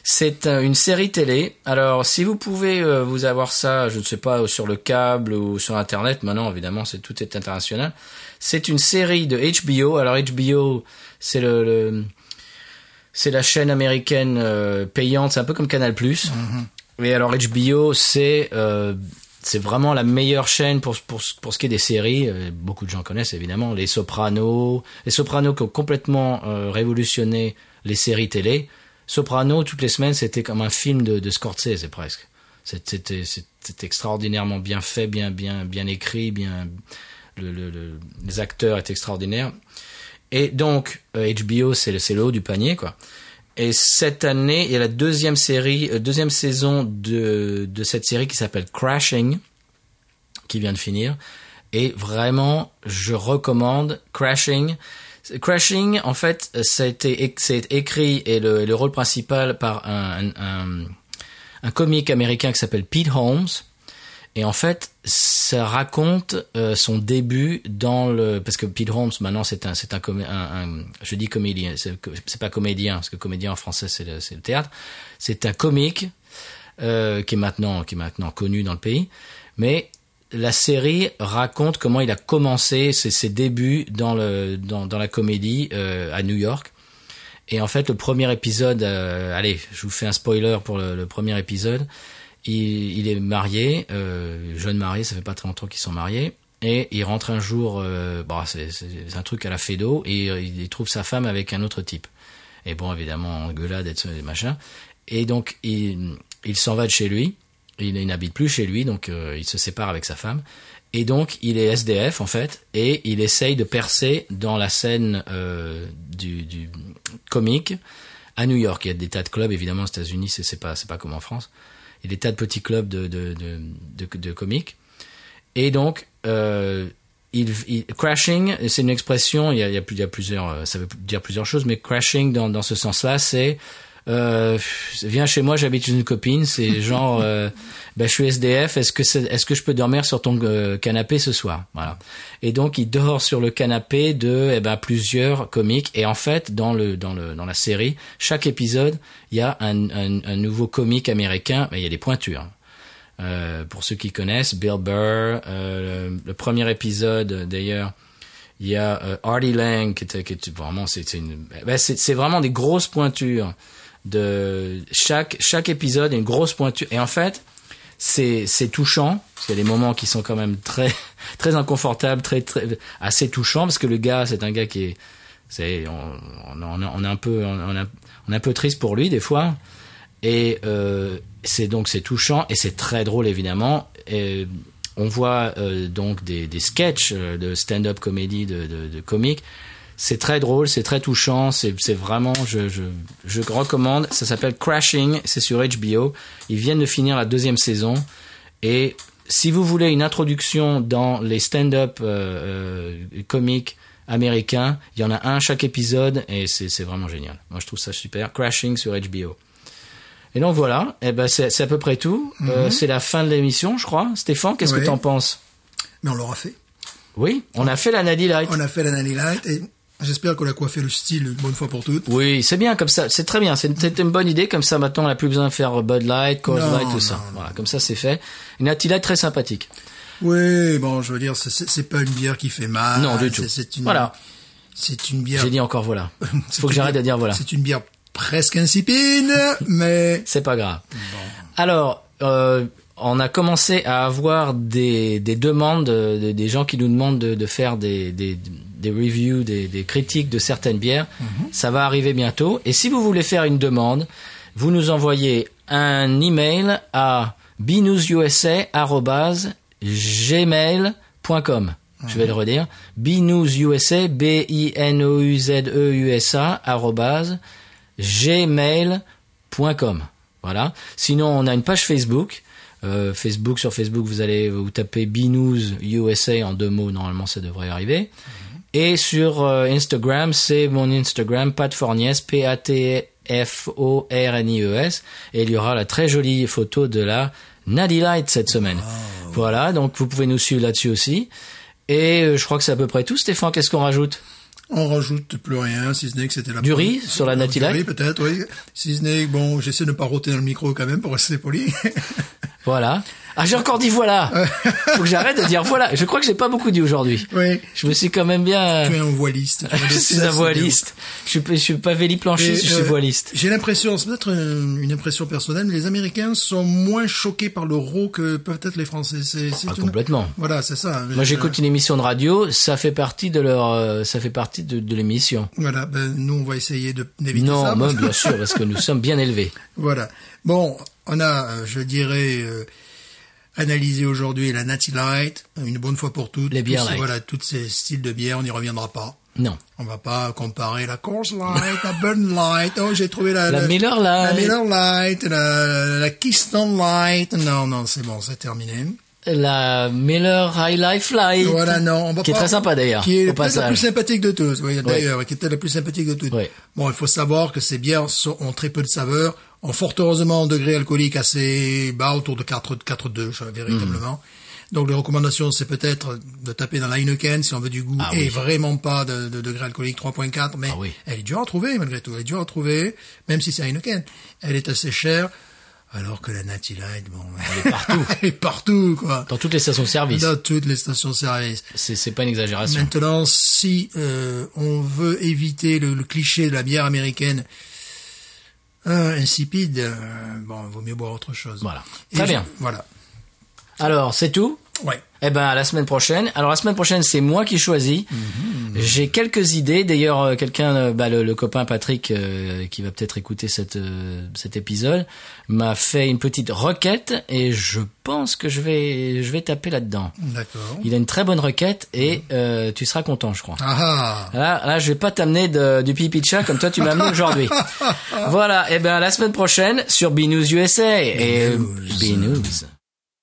[SPEAKER 1] C'est euh, une série télé. Alors, si vous pouvez euh, vous avoir ça, je ne sais pas, sur le câble ou sur Internet, maintenant, évidemment, c'est tout est international. C'est une série de HBO. Alors, HBO, c'est le, le- c'est la chaîne américaine euh, payante. C'est un peu comme Canal+. Mais alors, HBO, c'est euh, c'est vraiment la meilleure chaîne pour, pour, pour ce qui est des séries. Euh, Beaucoup de gens connaissent évidemment les Sopranos. Les Sopranos qui ont complètement euh, révolutionné les séries télé. Sopranos, toutes les semaines, c'était comme un film de, de Scorsese presque. C'est- C'était c'est- c'est extraordinairement bien fait, bien, bien, bien écrit, bien. le- le- le- les acteurs étaient extraordinaires. Et donc, euh, HBO, c'est le, c'est le haut du panier, quoi. Et cette année, il y a la deuxième série, euh, deuxième saison de, de cette série qui s'appelle Crashing, qui vient de finir. Et vraiment, je recommande Crashing. C'est- Crashing, en fait, euh, ça a été éc- c'est écrit et le, le rôle principal par un, un, un- un comique américain qui s'appelle Pete Holmes. Et en fait, ça raconte euh, son début dans le parce que Pete Holmes maintenant c'est un c'est un, comé- un- un- je dis comédien c'est c'est pas comédien parce que comédien en français c'est le, c'est le théâtre c'est un comique euh, qui est maintenant qui est maintenant connu dans le pays mais la série raconte comment il a commencé ses, ses débuts dans le dans, dans la comédie euh, à New York et en fait, le premier épisode, euh, allez, je vous fais un spoiler pour le, le premier épisode. Il, il est marié, euh, jeune marié, ça fait pas très longtemps qu'ils sont mariés. Et il rentre un jour, euh, bon, c'est c'est- c'est un truc à la Fédo, et il, il trouve sa femme avec un autre type. Et bon, évidemment, engueulade, etc., et machin. Et donc, il, il s'en va de chez lui. Il, il n'habite plus chez lui, donc euh, il se sépare avec sa femme. Et donc, il est SDF, en fait, et il essaye de percer dans la scène euh, du, du comique à New York. Il y a des tas de clubs, évidemment, aux États-Unis, c'est c'est pas, c'est pas comme en France. Il y a des tas de petits clubs de, de, de, de, de comiques. Et donc, euh, il, il- crashing, c'est une expression, il y a, il y a plus- il y a plusieurs, euh, ça veut dire plusieurs choses, mais crashing dans, dans ce sens-là, c'est euh, viens chez moi, j'habite chez une copine, c'est genre, euh, ben, je suis SDF, est-ce que, c'est- est-ce que je peux dormir sur ton euh, canapé ce soir Voilà. Et donc, il dort sur le canapé de eh ben, plusieurs comiques, et en fait, dans, le, dans, le, dans la série, chaque épisode, il y a un, un, un nouveau comique américain, mais il y a des pointures. Euh, pour ceux qui connaissent, Bill Burr, euh, le, le premier épisode d'ailleurs, il y a euh, Artie Lang qui était, qui était- vraiment c'est c'est une ben, c'est c'est vraiment des grosses pointures de chaque chaque épisode est une grosse pointure et en fait c'est c'est touchant parce qu'il y a des moments qui sont quand même très [LAUGHS] très inconfortables très très assez touchants parce que le gars c'est un gars qui est c'est on, on, on est- on est un peu on, est un- on est un peu triste pour lui des fois et euh, c'est donc c'est touchant et c'est très drôle évidemment. Et on voit euh, donc des, des sketchs euh, de stand-up comédie de, de, de comique. C'est très drôle, c'est très touchant, c'est c'est vraiment, je, je, je recommande. Ça s'appelle Crashing, c'est sur HBO. Ils viennent de finir la deuxième saison. Et si vous voulez une introduction dans les stand-up euh, euh, comiques américains, il y en a un chaque épisode et c'est c'est vraiment génial. Moi je trouve ça super. Crashing sur HBO. Et donc voilà, eh ben c'est c'est à peu près tout. Euh, c'est la fin de l'émission, je crois. Stéphane, qu'est-ce que
[SPEAKER 2] Oui.
[SPEAKER 1] t'en penses
[SPEAKER 2] [LAUGHS] Mais on l'aura fait.
[SPEAKER 1] Oui, on a fait la Nadie Light.
[SPEAKER 2] On a fait l'analyse light et j'espère qu'on a coiffé le style une bonne fois pour toutes.
[SPEAKER 1] Oui, c'est bien comme ça, c'est très bien, c'est c'est une bonne idée, comme ça maintenant on n'a plus besoin de faire Bud Light, Coors
[SPEAKER 2] Non,
[SPEAKER 1] Light, tout
[SPEAKER 2] non,
[SPEAKER 1] ça.
[SPEAKER 2] non.
[SPEAKER 1] Voilà, comme ça c'est fait. Une Natty Light très sympathique.
[SPEAKER 2] Oui, bon, je veux dire, c'est- c'est c'est pas une bière qui fait mal.
[SPEAKER 1] non, du
[SPEAKER 2] C'est-
[SPEAKER 1] tout.
[SPEAKER 2] C'est une,
[SPEAKER 1] Voilà,
[SPEAKER 2] C'est une bière.
[SPEAKER 1] j'ai dit encore
[SPEAKER 2] [LAUGHS]
[SPEAKER 1] voilà.
[SPEAKER 2] c'est
[SPEAKER 1] Faut que
[SPEAKER 2] une
[SPEAKER 1] j'arrête de
[SPEAKER 2] bière-
[SPEAKER 1] dire voilà.
[SPEAKER 2] C'est une bière
[SPEAKER 1] [LAUGHS]
[SPEAKER 2] presque insipide, mais
[SPEAKER 1] C'est pas grave. Alors, euh, on a commencé à avoir des, des demandes, euh, des, des gens qui nous demandent de, de faire des, des, des reviews, des, des critiques de certaines bières. Ça va arriver bientôt. Et si vous voulez faire une demande, vous nous envoyez un email à binoususa@gmail.com. Je vais le redire. Binoususa, E B-I-N-O-U-Z-E-U-S-A, arrobase, gmail.com. Voilà. Sinon, on a une page Facebook. Euh, Facebook, sur Facebook, vous allez vous taper Binous USA en deux mots, normalement ça devrait arriver. Et sur euh, Instagram, c'est mon Instagram, Pat Fornies, P-A-T-F-O-R-N-I-E-S. E Et il y aura la très jolie photo de la Nadie Light cette semaine. Voilà, donc vous pouvez nous suivre là-dessus aussi. Et euh, je crois que c'est à peu près tout. Stéphane, qu'est-ce qu'on rajoute
[SPEAKER 2] on rajoute plus rien, si ce n'est que c'était la
[SPEAKER 1] Du riz sur la Natty
[SPEAKER 2] Du riz,
[SPEAKER 1] Light
[SPEAKER 2] peut-être, oui. Si ce n'est que, bon, j'essaie de ne pas rôter dans le micro quand même pour rester poli. [LAUGHS]
[SPEAKER 1] Voilà. Ah, j'ai encore dit voilà. Faut que j'arrête de dire voilà. Je crois que j'ai pas beaucoup dit aujourd'hui.
[SPEAKER 2] oui.
[SPEAKER 1] Je me suis quand même bien.
[SPEAKER 2] Tu es un voiliste. Tu [LAUGHS]
[SPEAKER 1] [LAUGHS] je suis un voiliste. Je suis, pas- je suis pas véliplanchiste,
[SPEAKER 2] Et,
[SPEAKER 1] je suis
[SPEAKER 2] euh,
[SPEAKER 1] voiliste.
[SPEAKER 2] J'ai l'impression, c'est peut-être une, une impression personnelle, mais les Américains sont moins choqués par l'euro que peut-être les Français. C'est, c'est
[SPEAKER 1] Ah,
[SPEAKER 2] une-
[SPEAKER 1] complètement.
[SPEAKER 2] Voilà, c'est ça. hein.
[SPEAKER 1] Moi,
[SPEAKER 2] Je-
[SPEAKER 1] j'écoute une émission de radio. Ça fait partie de leur, euh, ça fait partie de, de l'émission.
[SPEAKER 2] Voilà, ben, nous on va essayer de, d'éviter ça.
[SPEAKER 1] Non, moi, bien sûr, parce que nous sommes bien élevés.
[SPEAKER 2] Voilà. Bon, on a, euh, je dirais, euh, analysé aujourd'hui la Natty Light, une bonne fois pour toutes.
[SPEAKER 1] Les bières
[SPEAKER 2] Tous ces-
[SPEAKER 1] light.
[SPEAKER 2] Voilà, tous ces styles de bières, on n'y reviendra pas.
[SPEAKER 1] Non.
[SPEAKER 2] On va pas comparer la Coors Light, la Bud Light. Oh, j'ai trouvé la,
[SPEAKER 1] La Miller Lite.
[SPEAKER 2] la Miller Light, la, la Keystone Light. Non, non, c'est bon, c'est terminé.
[SPEAKER 1] La Miller High Life Light.
[SPEAKER 2] Voilà, non, on va
[SPEAKER 1] Qui est
[SPEAKER 2] pas-
[SPEAKER 1] très sympa d'ailleurs.
[SPEAKER 2] Qui est
[SPEAKER 1] au
[SPEAKER 2] peut-être la plus
[SPEAKER 1] passage.
[SPEAKER 2] sympathique de tous, oui, d'ailleurs, qui était la plus sympathique de toutes.
[SPEAKER 1] Oui.
[SPEAKER 2] Bon, il faut savoir que ces bières sont- ont très peu de saveur, ont fort heureusement un degré alcoolique assez bas, autour de 4, 4,2, je-
[SPEAKER 1] Hmm.
[SPEAKER 2] véritablement. Donc les recommandations, c'est peut-être de taper dans la Heineken si on veut du goût
[SPEAKER 1] Ah
[SPEAKER 2] et
[SPEAKER 1] oui.
[SPEAKER 2] vraiment pas de, de degré alcoolique 3.4, mais
[SPEAKER 1] Ah oui.
[SPEAKER 2] elle est dure à trouver malgré tout, elle est dure à trouver, même si c'est Heineken. Elle est assez chère, alors que la Natty Light, bon, elle est partout, [LAUGHS] elle est partout quoi.
[SPEAKER 1] Dans toutes les stations-service.
[SPEAKER 2] Dans toutes les stations-service.
[SPEAKER 1] C'est, c'est pas une exagération.
[SPEAKER 2] Maintenant, si euh, on veut éviter le, le cliché de la bière américaine euh, insipide, euh, bon, vaut mieux boire autre chose.
[SPEAKER 1] Voilà.
[SPEAKER 2] Et
[SPEAKER 1] Très
[SPEAKER 2] je-
[SPEAKER 1] bien.
[SPEAKER 2] Voilà.
[SPEAKER 1] Alors, c'est tout.
[SPEAKER 2] Ouais.
[SPEAKER 1] Eh ben, à la semaine prochaine. Alors, la semaine prochaine, c'est moi qui choisis. J'ai quelques idées. D'ailleurs, euh, quelqu'un, euh, bah, le, le copain Patrick, euh, qui va peut-être écouter cette, euh, cet épisode, m'a fait une petite requête et je pense que je vais, je vais taper là-dedans.
[SPEAKER 2] D'accord.
[SPEAKER 1] Il a une très bonne requête et euh, tu seras content, je crois.
[SPEAKER 2] Ah ah.
[SPEAKER 1] Là, là, je vais pas t'amener de- du pipi de chat comme toi tu m'as amené aujourd'hui. voilà. Eh ben, à la semaine prochaine sur BNews USA et BNews.